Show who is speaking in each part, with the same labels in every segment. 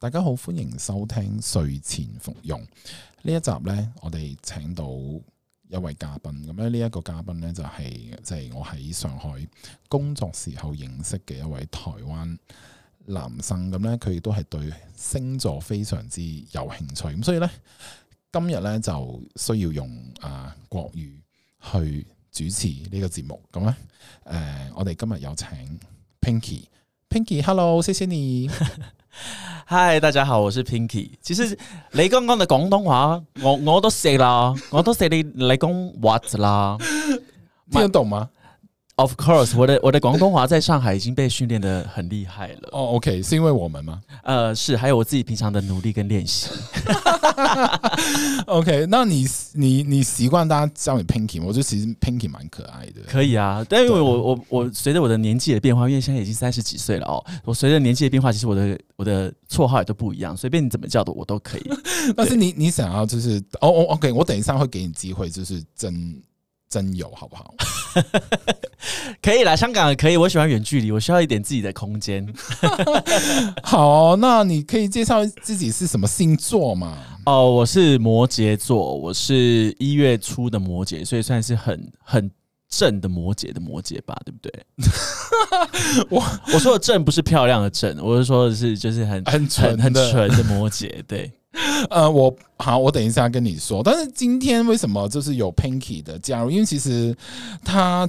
Speaker 1: 大家好，歡迎收聽睡前服用呢一集呢，我哋請到一位嘉賓，咁咧呢一個嘉賓呢，就係即係我喺上海工作時候認識嘅一位台灣男生，咁呢，佢亦都係對星座非常之有興趣，咁所以呢，今日呢，就需要用啊國語去主持呢個節目，咁呢，誒、我哋今日有請 Pinky，Pinky，hello，謝謝你。
Speaker 2: 嗨，大家好，我是 Pinky。其實你剛剛嘅廣東話，我我都識啦，我都識你你講 what 啦。
Speaker 1: 聽得懂嗎？
Speaker 2: Of course，我的我的廣東話在上海已經被訓練得很厲害了。
Speaker 1: 哦，OK，是因為我們嗎
Speaker 2: 呃，是，還有我自己平常的努力跟練習。
Speaker 1: ？OK，那你你你習慣大家叫你 Pinky，嗎我覺得其實 Pinky 蠻可愛 的。
Speaker 2: 可以啊，但因為我我我隨着我的年紀的變化，因為現在已經三十幾歲了哦，我隨着年紀的變化，其實我的我的綽號也都不一樣，隨便你怎麼叫的我都可以。
Speaker 1: 但是你你想要就是哦哦，OK，我等一下會給你機會，就是真真有好不 好？
Speaker 2: 可以啦，香港也可以，我喜歡遠距離，我需要一點自己的空間。
Speaker 1: 好、那你可以介紹自己是什麼星座嗎？
Speaker 2: 哦，我是摩羯座，我是一月初的摩羯，所以算是很很正的摩羯的摩羯吧，对不对？
Speaker 1: 我
Speaker 2: 我说的正不是漂亮的正，我是说的是就是很
Speaker 1: 很哎纯
Speaker 2: 很很
Speaker 1: 的
Speaker 2: 纯的摩羯， 对。
Speaker 1: 呃，我好，我等一下跟你說。但是今天為什麼就是有 Pinky 的加入？因為其實他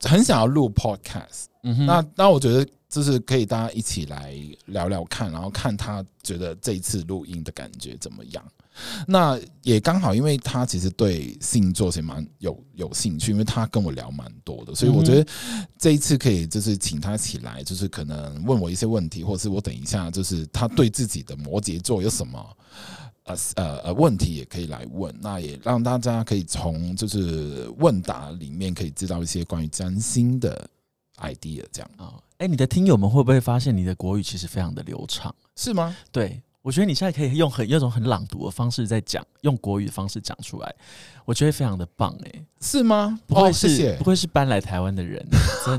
Speaker 1: 很想要錄 podcast。
Speaker 2: 嗯哼，
Speaker 1: 那那我覺得就是可以大家一起來聊聊看，然後看他覺得這一次錄音的感覺怎麼樣。那也剛好，因為他其實對星座是蠻有有興趣，因為他跟我聊蠻多的，所以我覺得這一次可以就是請他起來，就是可能問我一些問題，或者是我等一下就是他對自己的摩羯座有什麼。呃呃呃，問題也可以來問，那也讓大家可以從就是問答裡面可以知道一些關於占星的 idea，這樣
Speaker 2: 哦，哎，你的听友们会不会发现你的国語其實非常的流暢？
Speaker 1: 是嗎？
Speaker 2: 对，我觉得你現在可以用很用一种很朗讀的方式在講，用國語的方式講出來，我覺得非常的棒哎、
Speaker 1: 是嗎？
Speaker 2: 不愧
Speaker 1: 哦、
Speaker 2: 是、
Speaker 1: 謝
Speaker 2: 不
Speaker 1: 謝。
Speaker 2: 愧是搬來台灣的人，真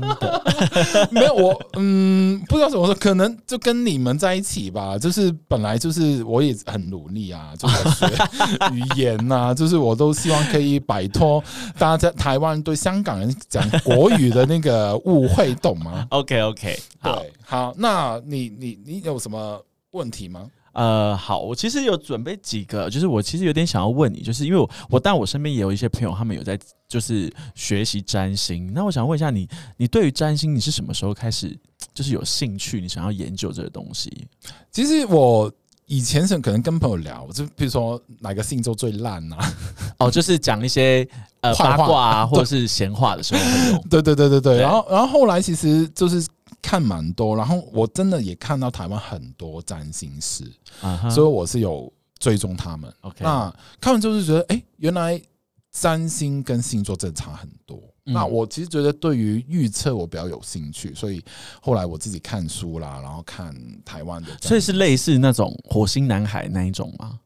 Speaker 2: 的。
Speaker 1: 没有我，嗯，不知道怎么说，可能就跟你们在一起吧。就是本来就是我也很努力啊，就我学语言呐、啊， 就是我都希望可以摆脱大家在台湾对香港人讲国语的那个误会，懂吗？
Speaker 2: OK OK，好。
Speaker 1: 对，好，那你你你有什么问题吗？
Speaker 2: 呃，好，我其实有准备几个，就是我其实有点想要问你，就是因为我我但我身边也有一些朋友，他们有在就是学习占星，那我想问一下你，你对于占星你是什么时候开始就是有兴趣，你想要研究这个东西？
Speaker 1: 其实我。以前是可能跟朋友聊，就比如说哪个星座最烂啊？
Speaker 2: 哦，就是讲一些呃
Speaker 1: 坏话
Speaker 2: 八卦啊，或者是闲话的时候会有。
Speaker 1: 对对对对对，
Speaker 2: 对
Speaker 1: 然后然后后来其实就是看蛮多，然后我真的也看到台湾很多占星师，
Speaker 2: 啊哈
Speaker 1: 所以我是有追踪他们。
Speaker 2: OK，
Speaker 1: 那看完之后就觉得，哎，原来占星跟星座真的差很多。
Speaker 2: 嗯
Speaker 1: 那我其实觉得对于预测我比较有兴趣，所以后来我自己看书啦，然后看台湾的
Speaker 2: 所以是类似那种火星男孩那一种吗？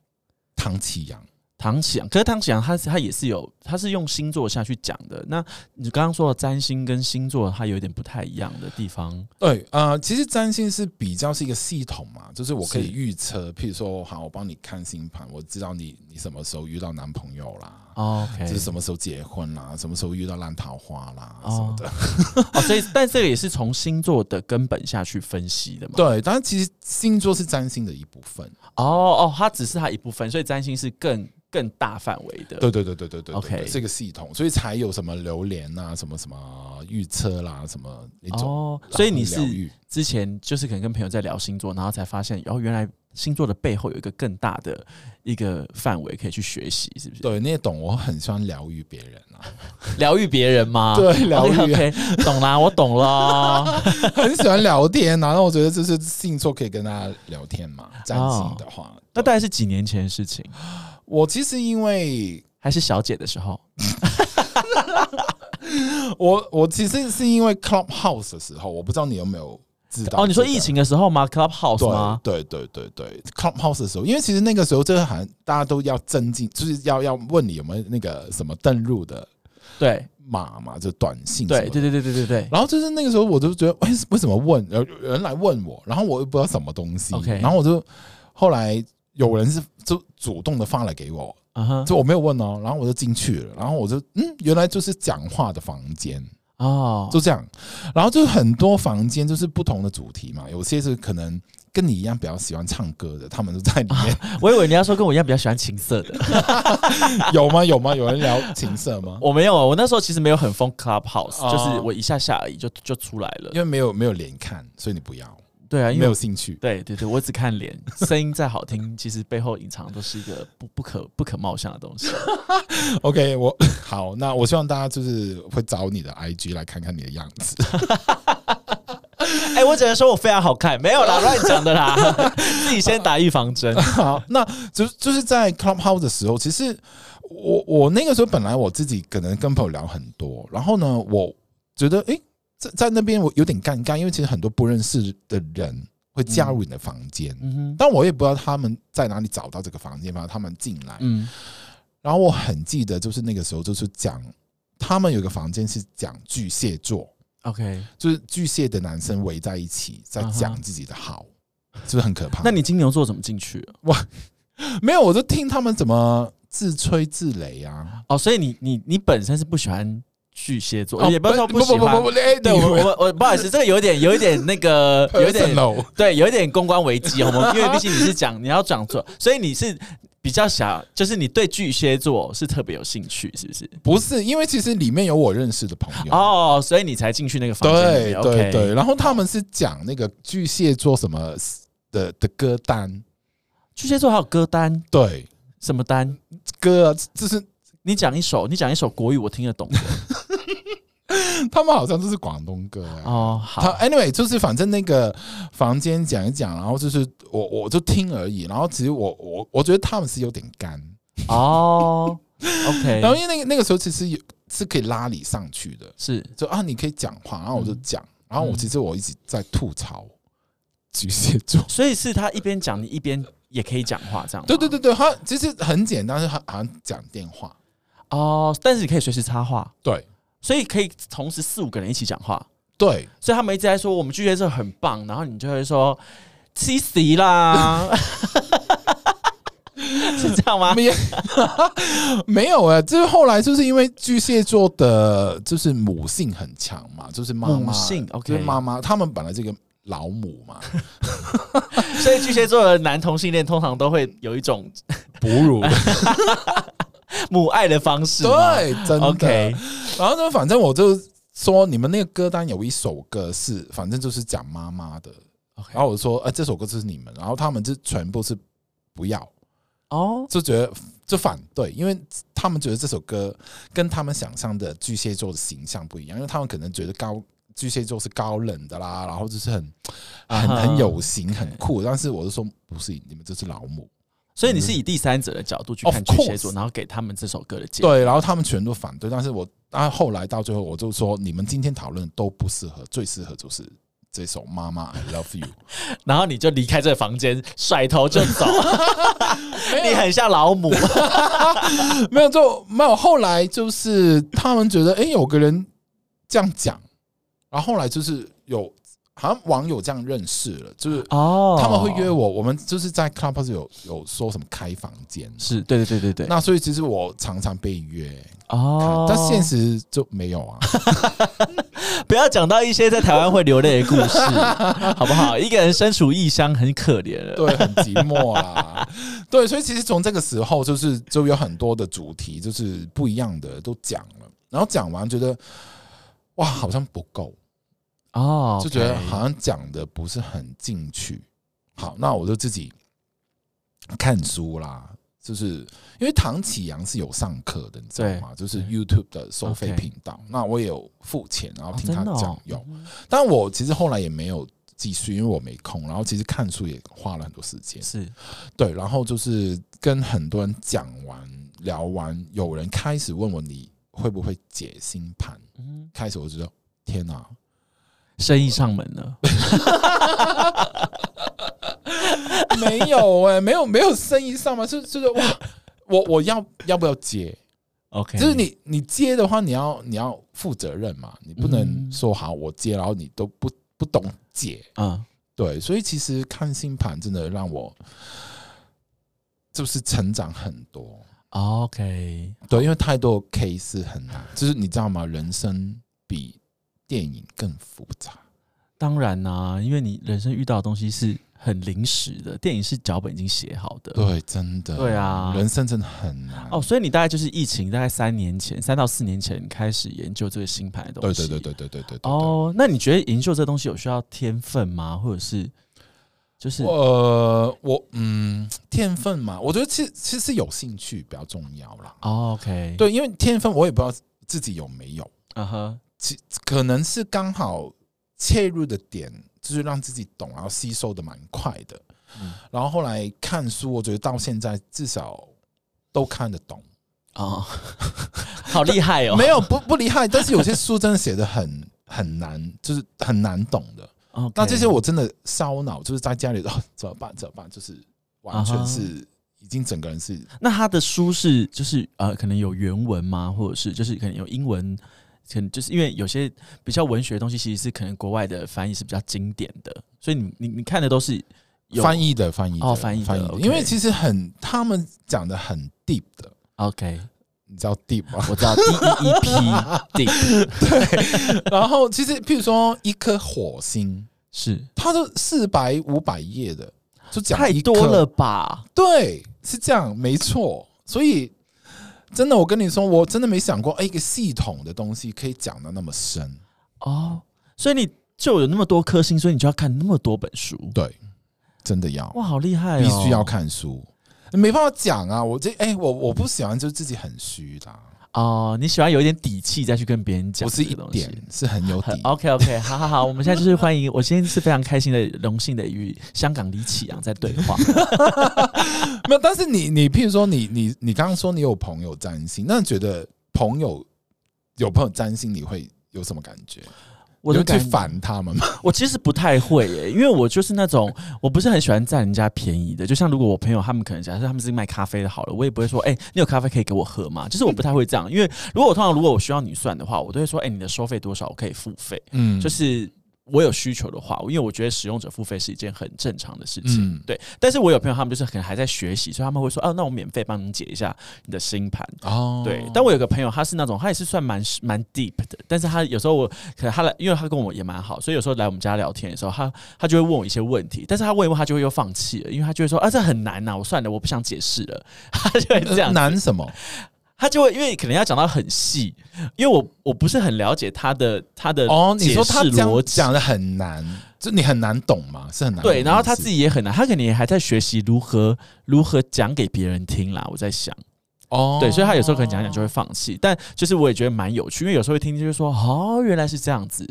Speaker 1: 唐启阳。
Speaker 2: 唐启阳，可是唐启阳他他也是有，他是用星座下去讲的。那你刚刚说的占星跟星座，它有一点不太一样的地方。
Speaker 1: 对，呃，其实占星是比较是一个系统嘛，就是我可以
Speaker 2: 是
Speaker 1: 预测，譬如说，好，我帮你看星盘，我知道你你什么时候遇到男朋友啦，
Speaker 2: 哦 OK，
Speaker 1: 就是什么时候结婚啦，什么时候遇到烂桃花啦、
Speaker 2: 哦
Speaker 1: 什么的。
Speaker 2: 哦，所以 但这个也是从星座的根本下去分析的嘛。
Speaker 1: 对，但是其实星座是占星的一部分。
Speaker 2: 哦哦，它只是它一部分，所以占星是更更大范围的。
Speaker 1: 对对对对对对
Speaker 2: OK
Speaker 1: 对，是一个系统，所以才有什么流年啊，什么什么预测啦，什么那种。
Speaker 2: 哦，所以你
Speaker 1: 疗
Speaker 2: 是
Speaker 1: 愈
Speaker 2: 之前就是可能跟朋友在聊星座，然后才发现，哦，原来星座的背后有一个更大的一个范围可以去学习，是不是？
Speaker 1: 对，你也懂，我很喜欢疗愈别人啊，
Speaker 2: 疗愈别人吗？
Speaker 1: 对，疗愈
Speaker 2: OK，, o k 懂啦，我懂啦。
Speaker 1: 很喜欢聊天、啊，然后我觉得就是星座可以跟大家聊天 嘛，占星的话，
Speaker 2: 哦那大概是几年前的事情，
Speaker 1: 我其实因为
Speaker 2: 还是小姐的时候？
Speaker 1: 我我其实是因为 Clubhouse 的时候，我不知道你有没有知道
Speaker 2: 哦，你说
Speaker 1: 这个
Speaker 2: 疫情的时候吗？Clubhouse 吗？
Speaker 1: 对对对对对，Clubhouse 的时候，因为其实那个时候，这个好像大家都要增进，就是要要问你有没有那个什么登录的
Speaker 2: 对
Speaker 1: 码嘛，就短信什么的
Speaker 2: 对对对对对对对
Speaker 1: 然后就是那个时候，我就觉得，哎为为什么问，有有人来问我，然后我又不知道什么东西
Speaker 2: OK
Speaker 1: 然后我就后来有人是就主动的发来给我，
Speaker 2: 啊哈
Speaker 1: 就我没有问哦，然后我就进去了，然后我就嗯，原来就是讲话的房间，
Speaker 2: 哦，
Speaker 1: 就这样，然后就很多房间就是不同的主题嘛，有些是可能跟你一样比较喜欢唱歌的，他们就在里 面，
Speaker 2: 我以为你要说跟我一样比较喜欢情色的，
Speaker 1: 有吗？有吗？有人聊情色吗？
Speaker 2: 我没有，啊，我那时候其实没有很疯 Clubhouse，、
Speaker 1: 哦
Speaker 2: 就是我一下下而已就就出来了
Speaker 1: 因。为没有没有连看，所以你不要，
Speaker 2: 对啊，因
Speaker 1: 没
Speaker 2: 为
Speaker 1: 有
Speaker 2: 我
Speaker 1: 兴趣。
Speaker 2: 对对对，我只看脸，声音再好听，其实背后隐藏都是一个不不可不可貌相的东西。
Speaker 1: OK，我 好，那我希望大家就是会找你的 IG 来看看你的样子。
Speaker 2: 哎、我只能说我非常好看，没有啦，乱讲的啦，自己先打预防针。
Speaker 1: 好，那就就是在 Clubhouse 的时候，其实我我那个时候本来我自己可能跟朋友聊很多，然后呢，我觉得诶，在在那边我有点尴尬，因为其实很多不认识的人会加入你的房间，
Speaker 2: 嗯哼，
Speaker 1: 但我也不知道他们在哪里找到这个房间，然后他们进来，
Speaker 2: 嗯，
Speaker 1: 然后我很记得就是那个时候就是讲他们有个房间是讲巨蟹座，
Speaker 2: OK，
Speaker 1: 就是巨蟹的男生围在一起在讲自己的好，是不是很可怕？
Speaker 2: 那你金牛座怎么进去啊、
Speaker 1: 没有，我就听他们怎么自吹自擂啊。
Speaker 2: 哦，所以你你你本身是不喜欢巨蟹座，
Speaker 1: 哦
Speaker 2: 也不是说
Speaker 1: 不
Speaker 2: 喜
Speaker 1: 不不
Speaker 2: 欢。
Speaker 1: 不不，哎
Speaker 2: 对
Speaker 1: 你
Speaker 2: 我
Speaker 1: 以为
Speaker 2: 我我不好意思，这个有点有一点那个有一点
Speaker 1: personal
Speaker 2: 对有一点公关危 机，我们因为毕竟你是讲你要讲座，所以你是比较想，就是你对巨蟹座是特别有兴趣，是不是？
Speaker 1: 不是，因为其实里面有我认识的朋友。
Speaker 2: 哦，所以你才进去那个房间里
Speaker 1: 对
Speaker 2: 面
Speaker 1: 对
Speaker 2: OK
Speaker 1: 对，然后他们是讲那个巨蟹座什么的的歌单，
Speaker 2: 巨蟹座还有歌单，
Speaker 1: 对
Speaker 2: 什么单？
Speaker 1: 歌啊就是
Speaker 2: 你讲一首，你讲一首国语，我听得懂的。
Speaker 1: 他们好像就是广东歌啊。
Speaker 2: 哦，
Speaker 1: 他
Speaker 2: 好，
Speaker 1: anyway 就是反正那个房间讲一讲，然后就是我我就听而已，然后其实我我我觉得他们是有点干，
Speaker 2: 哦，OK，
Speaker 1: 然后因为那个那个时候其实有是可以拉你上去的，
Speaker 2: 是
Speaker 1: 就啊你可以讲话，然后我就讲，然后我
Speaker 2: 嗯
Speaker 1: 其实我一直在吐槽巨蟹 座，
Speaker 2: 所以是他一边讲，你一边也可以讲话，这样吗。
Speaker 1: 对对对对，他其实很简单，是他好像讲电话，
Speaker 2: 哦，但是你可以随时插话，
Speaker 1: 对
Speaker 2: 所以可以同时四五个人一起讲话。
Speaker 1: 对，
Speaker 2: 所以他们一直在说我们巨蟹座很棒，然后你就会说七十 啦，是这样吗？
Speaker 1: 没没有哎、就是后来就是因为巨蟹座的就是母性很强嘛，就是妈妈
Speaker 2: 母性，OK
Speaker 1: 就是妈妈，他们本来这个老母 嘛，
Speaker 2: 所以巨蟹座的男同性恋通常都会有一种
Speaker 1: 哺乳，
Speaker 2: 母爱的方式吗。
Speaker 1: 哎对，真的。
Speaker 2: OK，
Speaker 1: 然后呢，反正我就说你们那个歌单有一首歌是，反正就是讲妈妈的。
Speaker 2: OK
Speaker 1: 然后我说，呃，这首歌就是你们，然后他们就全部是不要，
Speaker 2: 哦，
Speaker 1: 就觉得就反对，因为他们觉得这首歌跟他们想象的巨蟹座的形象不一样，因为他们可能觉得高巨蟹座是高冷的啦，然后就是很很
Speaker 2: 啊
Speaker 1: 很有型、很酷。但是我就说不是，你们就是老母。
Speaker 2: 所以你是以第三者的角度去
Speaker 1: Of
Speaker 2: 看巨蟹
Speaker 1: course
Speaker 2: 座，然后给他们这首歌的建议。
Speaker 1: 对，然后他们全都反对，但是我啊后来到最后，我就说你们今天讨论都不适合，最适合就是这首《妈妈 I Love You
Speaker 2: 然后你就离开这个房间，甩头就 走。 你很像老 母，》。
Speaker 1: 没有，就没有。后来就是他们觉得，哎，有个人这样讲，然后后来就是有好像网友这样认识了，就是
Speaker 2: 哦
Speaker 1: 他们会约我，我们就是在 Clubhouse 有有说什么开房间。
Speaker 2: 是对对对对对，
Speaker 1: 那所以其实我常常被约，
Speaker 2: 哦
Speaker 1: 但现实就没有啊。
Speaker 2: 不要讲到一些在台湾会流泪的故 事，好不好？一个人身处异乡很可怜了。
Speaker 1: 对，很寂寞啦。对，所以其实从这个时候，就是就有很多的主题，就是不一样的都讲了，然后讲完觉得哇，好像不够，
Speaker 2: 哦
Speaker 1: 就觉得啊好像讲的不是很进去。好，那我就自己看书啦。就是因为唐启阳是有上课的，你知道吗？就是 YouTube 的收费
Speaker 2: OK
Speaker 1: 频道。那我也有付钱，然后听他
Speaker 2: 真的
Speaker 1: 讲
Speaker 2: 哦。
Speaker 1: 有，但我其实后来也没有继续，因为我没空。然后其实看书也花了很多时间。
Speaker 2: 是
Speaker 1: 对，然后就是跟很多人讲完、聊完，有人开始问我你会不会解星盘，
Speaker 2: 嗯
Speaker 1: 开始我就说天哪、
Speaker 2: 生意上门了。
Speaker 1: 没有哎、没有没有生意上嘛，就就是哇，我我要要不要接？
Speaker 2: OK，
Speaker 1: 就是你你接的话，你要你要负责任嘛，你不能
Speaker 2: 嗯
Speaker 1: 说好我接，然后你都不不懂解。
Speaker 2: 嗯
Speaker 1: 对，所以其实看星盘真的让我就是成长很多。
Speaker 2: 哦，OK，
Speaker 1: 对，因为太多 case 很难，就是你知道吗？人生比电影更复杂。
Speaker 2: 当然啦、因为你人生遇到的东西是很临时的，电影是脚本已经写好的。
Speaker 1: 对，真的。
Speaker 2: 对啊
Speaker 1: 人生真的很难。
Speaker 2: 哦，所以你大概就是疫情大概三年前，三到四年前开始研究这个星盘的东
Speaker 1: 对
Speaker 2: 西。
Speaker 1: 对对对对对对对。对，
Speaker 2: 哦，那你觉得研究这东西有需要天分吗？或者是就是
Speaker 1: 呃，我嗯，天分嘛，我觉得其实其实有兴趣比较重要啦。
Speaker 2: 哦，OK，，
Speaker 1: 对，因为天分我也不知道自己有没有，
Speaker 2: 嗯哼，
Speaker 1: 其可能是刚好切入的点，就是让自己懂，然后吸收的蛮快的。
Speaker 2: 嗯
Speaker 1: 然后后来看书，我觉得到现在至少都看得懂，
Speaker 2: 哦， 好厉害哦，
Speaker 1: 没有不不厉害，但是有些书真的写的很 很难，就是很难懂的。
Speaker 2: OK，
Speaker 1: 那这些我真的烧脑，就是在家里 哦，怎么办？怎么办？就是完全
Speaker 2: 啊
Speaker 1: 是已经整个人是
Speaker 2: 那他的书是就是呃，可能有原文吗？或者是就是可能有英文，可能就是因为有些比较文学的东西，其实是可能国外的翻译是比较经典的，所以你你你看的都是有
Speaker 1: 翻译的翻译的
Speaker 2: 哦翻译的
Speaker 1: 翻译的，
Speaker 2: OK
Speaker 1: 因为其实很他们讲的很 deep 的，
Speaker 2: OK，
Speaker 1: 你知道 deep 吗？
Speaker 2: 我知道 D E E P D
Speaker 1: 然后其实譬如说一颗火星，
Speaker 2: 是
Speaker 1: 它都四百五百页的，就讲
Speaker 2: 太
Speaker 1: 一颗
Speaker 2: 多了吧？
Speaker 1: 对，是这样，没错。所以真的，我跟你说，我真的没想过，哎，一个系统的东西可以讲的那么深。
Speaker 2: 哦，所以你就有那么多颗星，所以你就要看那么多本书，
Speaker 1: 对，真的要
Speaker 2: 哇，好厉害、哦！
Speaker 1: 必须要看书，没办法讲啊。我这哎、我我不喜欢，就是自己很虚的啊、
Speaker 2: 哦、你喜欢有一点底气再去跟别人讲
Speaker 1: 不是
Speaker 2: 这
Speaker 1: 一
Speaker 2: 个东西，
Speaker 1: 点，是很有底。
Speaker 2: OK OK，好 好好，我们现在就是欢迎，我今天是非常开心的、荣幸的与香港李启阳在对 话。
Speaker 1: 没有，但是你你譬如说你你你刚刚说你有朋友占星，那你觉得朋友有朋友占星，你会有什么感觉？
Speaker 2: 我
Speaker 1: 你
Speaker 2: 的
Speaker 1: 会去
Speaker 2: 感，
Speaker 1: 烦他们吗？
Speaker 2: 我其实不太会耶、因为我就是那种我不是很喜欢占人家便宜的。就像如果我朋友他们可能假设他们是卖咖啡的，好了，我也不会说，哎、你有咖啡可以给我喝吗？就是我不太会这样，因为如果我通常如果我需要你算的话，我都会说，哎、你的收费多少，我可以付费。
Speaker 1: 嗯
Speaker 2: 就是我有需求的话，因为我觉得使用者付费是一件很正常的事情。
Speaker 1: 嗯
Speaker 2: 对，但是我有朋友他们就是可能还在学习，所以他们会说，哦、那我免费帮你解一下你的星盘。
Speaker 1: 哦
Speaker 2: 对，但我有个朋友，他是那种，他也是算蛮蛮 deep 的，但是他有时候我可能他来，因为他跟我也蛮好，所以有时候来我们家聊天的时候，他他就会问我一些问题，但是他问一问，他就会又放弃了，因为他就会说啊，这很难呐、我算了，我不想解释了， 他就会这
Speaker 1: 呃
Speaker 2: 样子
Speaker 1: 难什么？
Speaker 2: 他就会因为可能要讲到很细，因为我我不是很了解他的他的
Speaker 1: 哦，你说他
Speaker 2: 解释
Speaker 1: 讲
Speaker 2: 逻辑
Speaker 1: 讲的很难，就你很难懂嘛，是很难懂
Speaker 2: 对，然后他自
Speaker 1: 是
Speaker 2: 己也很难，他可能也还在学习如何如何讲给别人听啦。我在想，
Speaker 1: 哦，
Speaker 2: 对，所以他有时候可能讲一讲就会放弃，但就是我也觉得蛮有趣，因为有时候会听就是说，哦，原来是这样子，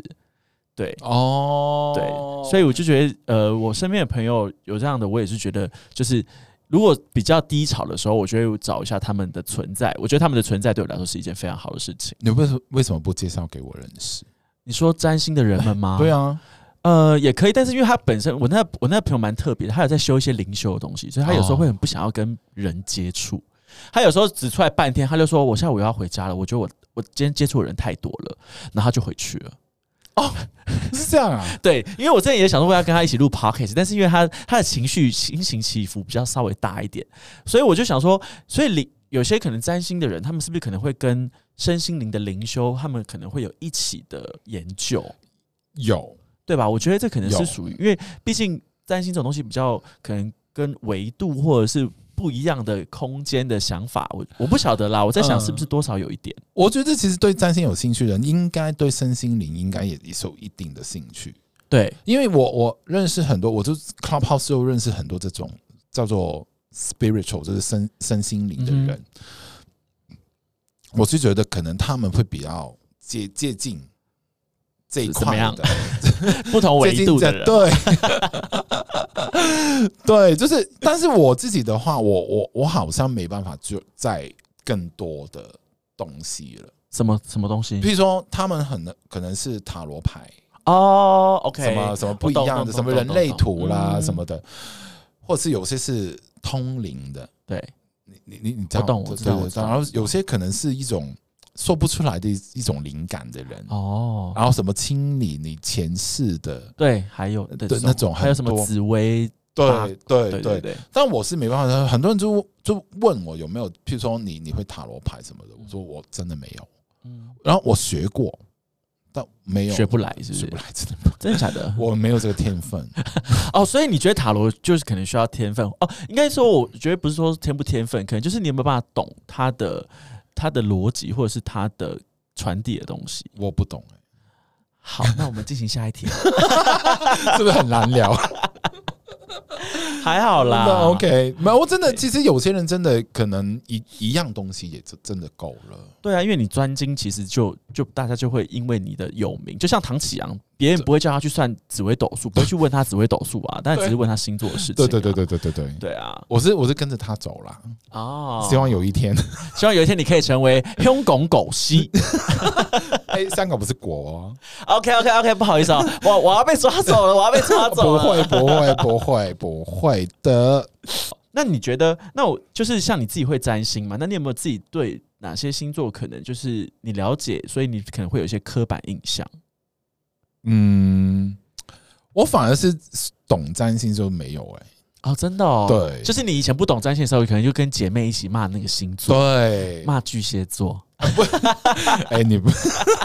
Speaker 2: 对
Speaker 1: 哦，
Speaker 2: 对，所以我就觉得，呃，我身边的朋友有这样的，我也是觉得，就是如果比较低潮的时候，我就会找一下他们的存在，我觉得他们的存在对我来说是一件非常好的事情。
Speaker 1: 你为什么为什么不介绍给我认识？
Speaker 2: 你说占星的人 们吗？
Speaker 1: 对啊，
Speaker 2: 呃，也可以，但是因为他本身，我那我那朋友蛮特别的，他有在修一些灵修的东西，所以他有时候会很不想要跟人接触。他有时候只出来半天，他就说：“我下午要回家了，我觉得我我今天接触的人太多了。”然后他就回去了。
Speaker 1: 是这样啊，
Speaker 2: 对，因为我之前也想说要跟他一起录 podcast，但是因为他他的情绪心情起伏比较稍微大一点，所以我就想说，所以灵有些可能占星的人，他们是不是可能会跟身心灵的灵修，他们可能会有一起的研究？
Speaker 1: 有
Speaker 2: 对吧？我觉得这可能
Speaker 1: 有
Speaker 2: 是属于，因为毕竟占星这种东西比较可能跟维度或者是不一样的空间的想法，我我不晓得啦。我在想
Speaker 1: 嗯
Speaker 2: 是不是多少有一点，
Speaker 1: 我觉得其实对占星有兴趣的人，应该对身心灵应该也也是有一定的兴趣，
Speaker 2: 对，
Speaker 1: 因为我我认识很多，我就 Clubhouse 就认识很多这种叫做 spiritual，就是身身心灵的人。
Speaker 2: 嗯
Speaker 1: 我是觉得可能他们会比较接接近这一
Speaker 2: 怎么
Speaker 1: 块
Speaker 2: 样
Speaker 1: 的，
Speaker 2: 不同
Speaker 1: 接
Speaker 2: 维
Speaker 1: 近
Speaker 2: 度的
Speaker 1: 这
Speaker 2: 人，
Speaker 1: 对， 对，就是。但是我自己的话，我我我好像没办法就在更多的东西了，
Speaker 2: 什么什么东西
Speaker 1: 譬如说他们很可能是塔罗牌。
Speaker 2: 哦，OK，
Speaker 1: 什么什么不一
Speaker 2: 我
Speaker 1: 样
Speaker 2: 懂
Speaker 1: 的，
Speaker 2: 懂
Speaker 1: 什么
Speaker 2: 懂
Speaker 1: 人类
Speaker 2: 懂
Speaker 1: 图啦
Speaker 2: 嗯
Speaker 1: 什么的，或是有些是通灵的，
Speaker 2: 对，
Speaker 1: 你你你你知道
Speaker 2: 我懂我
Speaker 1: 对
Speaker 2: 知道
Speaker 1: 对
Speaker 2: 我知道
Speaker 1: 然后有些可能是一种说不出来的一一种灵感的人，
Speaker 2: 哦，
Speaker 1: 然后什么清理你前世的，
Speaker 2: 对，还有
Speaker 1: 对
Speaker 2: 这
Speaker 1: 那种
Speaker 2: 还有
Speaker 1: 很
Speaker 2: 什么
Speaker 1: 多
Speaker 2: 紫薇，
Speaker 1: 对
Speaker 2: 八
Speaker 1: 对
Speaker 2: 对
Speaker 1: 对
Speaker 2: 对，对，
Speaker 1: 但我是没办法，很多人就就问我有没有，譬如说你你会塔罗牌什么的，我说我真的没有。
Speaker 2: 嗯，
Speaker 1: 然后我学过，但没有
Speaker 2: 学不来是不
Speaker 1: 学不
Speaker 2: 是？
Speaker 1: 来，真的没有
Speaker 2: 真的假的？
Speaker 1: 我没有这个天分。
Speaker 2: 哦，所以你觉得塔罗就是可能需要天分哦？应该说，我觉得不是说天不天分，可能就是你有没有办法懂它的它的逻辑，或者是它的传递的东西。
Speaker 1: 我不懂、
Speaker 2: 好，那我们进行下一题。
Speaker 1: 欸，是不是很难聊？
Speaker 2: 还好啦
Speaker 1: 那 OK，没有，我真的
Speaker 2: 对
Speaker 1: 其实有些人真的可能一一样东西也真真的够了。
Speaker 2: 对啊，因为你专精，其实就就大家就会因为你的有名，就像唐启阳，别人不会叫他去算紫微斗数，不会去问他紫微斗数啊，但只是问啊他星座的事情、
Speaker 1: 对对对，对对对对，
Speaker 2: 对啊，
Speaker 1: 我是我是跟着他走啦，
Speaker 2: 哦，
Speaker 1: 希望有一 天，
Speaker 2: 希望有一天你可以成为 香港狗西。
Speaker 1: 哎，香港不是国哦，
Speaker 2: OK OK OK，不好意思啊，我我要被抓走了，我要被抓走
Speaker 1: 不
Speaker 2: 了。
Speaker 1: 会不会不会不会的。
Speaker 2: 那你觉得，那我就是像你自己会占星嘛？那你有没有自己对哪些星座可能就是你了解，所以你可能会有一些刻板印象？
Speaker 1: 嗯，我反而是懂占星就没有哎、
Speaker 2: 哦，真的哦，，
Speaker 1: 对，
Speaker 2: 就是你以前不懂占星的时候，可能就跟姐妹一起骂那个星座，
Speaker 1: 对，
Speaker 2: 骂巨蟹座，
Speaker 1: 哎、你不，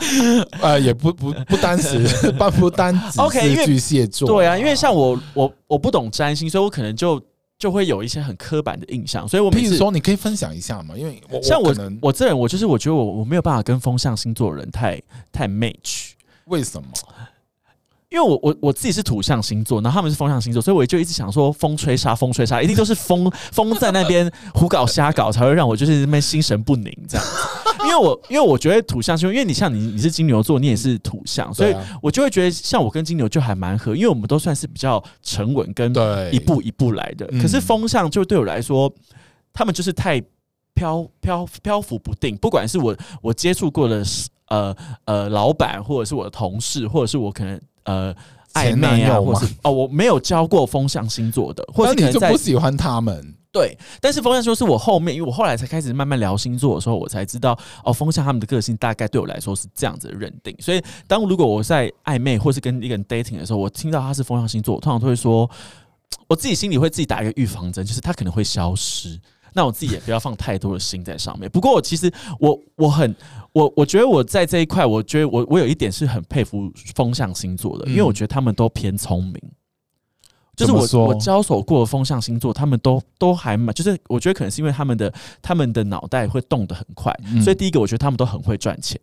Speaker 1: 呃，也不不不单是， 不不单只
Speaker 2: OK，因
Speaker 1: 是
Speaker 2: 为
Speaker 1: 巨蟹座、
Speaker 2: 对啊，因为像我我我不懂占星，所以我可能就就会有一些很刻板的印象，所以我每
Speaker 1: 譬如
Speaker 2: 次。
Speaker 1: 说，你可以分享一下嘛，因为我
Speaker 2: 像
Speaker 1: 我
Speaker 2: 我
Speaker 1: 可能，
Speaker 2: 我这人我就是我觉得我我没有办法跟风象星座的人太太 match，
Speaker 1: 为什么？
Speaker 2: 因为我我我自己是土象星座，然后他们是风象星座，所以我就一直想说风吹沙，风吹沙，一定都是风风在那边胡搞瞎搞，才会让我就是那边心神不宁这样子。因为我因为我觉得土象星座，因为你像你你是金牛座，你也是土象，所以
Speaker 1: 对啊
Speaker 2: 我就会觉得像我跟金牛就还蛮合，因为我们都算是比较沉稳跟
Speaker 1: 对
Speaker 2: 一步一步来的。
Speaker 1: 嗯
Speaker 2: 可是风象就对我来说，他们就是太飘飘漂浮不定，不管是我我接触过的呃呃老板，或者是我的同事，或者是我可能呃暧
Speaker 1: 前男
Speaker 2: 昧啊，
Speaker 1: 友
Speaker 2: 或
Speaker 1: 吗
Speaker 2: 者是哦我没有教过风象星座的，或者
Speaker 1: 那
Speaker 2: 是可
Speaker 1: 你
Speaker 2: 能
Speaker 1: 就
Speaker 2: 在
Speaker 1: 不喜欢他们？
Speaker 2: 对，但是风象星座是我后面，因为我后来才开始慢慢聊星座的时候，我才知道哦，风象他们的个性大概对我来说是这样子的认定。所以，当如果我在暧昧或是跟一个人 dating 的时候，我听到他是风象星座，我通常都会说，我自己心里会自己打一个预防针，就是他可能会消失。那我自己也不要放太多的心在上面。不过，我其实我我很我我觉得我在这一块，我觉得我我有一点是很佩服风象星座的，因为我觉得他们都偏聪明。就是
Speaker 1: 怎么
Speaker 2: 我
Speaker 1: 说
Speaker 2: 我交手过的风象星座，他们都都还蛮，就是我觉得可能是因为他们的他们的脑袋会动得很快，
Speaker 1: 嗯
Speaker 2: 所以第一个我觉得他们都很会赚钱，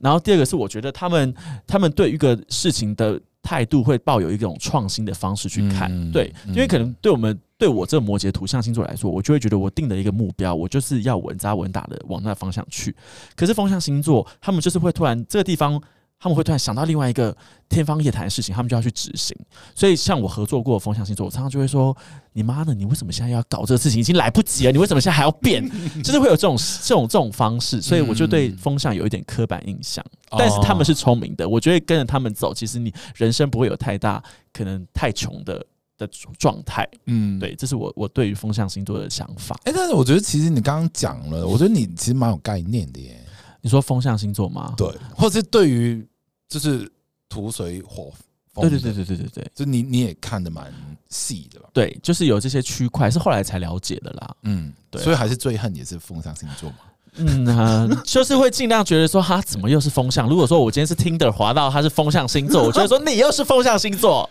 Speaker 2: 然后第二个是我觉得他们他们对一个事情的态度会抱有一种创新的方式去看，
Speaker 1: 嗯
Speaker 2: 对，
Speaker 1: 嗯
Speaker 2: 因为可能对我们对我这摩羯图像星座来说，我就会觉得我定了一个目标，我就是要稳扎稳打的往那方向去。可是风象星座他们就是会突然这个地方。他们会突然想到另外一个天方夜谭的事情，他们就要去执行。所以，像我合作过的风象星座，我常常就会说：“你妈的，你为什么现在要搞这个事情？已经来不及了，你为什么现在还要变？” 就是会有这种这种这种方式，所以我就
Speaker 1: 嗯
Speaker 2: 对风象有一点刻板印象。
Speaker 1: 哦
Speaker 2: 但是他们是聪明的，我觉得跟着他们走，其实你人生不会有太大可能太穷的的状态。
Speaker 1: 嗯。
Speaker 2: 对，这是我我对于风象星座的想法。
Speaker 1: 哎、但是我觉得其实你刚刚讲了，我觉得你其实蛮有概念的耶。
Speaker 2: 你说风象星座吗？
Speaker 1: 对，或是对于就是土水火风
Speaker 2: 对
Speaker 1: 的，
Speaker 2: 对对对对对对
Speaker 1: 就你你也看得蛮细的吧？
Speaker 2: 对，就是有这些区块是后来才了解的啦。
Speaker 1: 嗯，
Speaker 2: 对啊
Speaker 1: 所以还是最恨也是风象星座嘛。
Speaker 2: 嗯、啊就是会尽量觉得说哈，怎么又是风象？如果说我今天是听的滑到他是风象星座，我就会说你又是风象星座。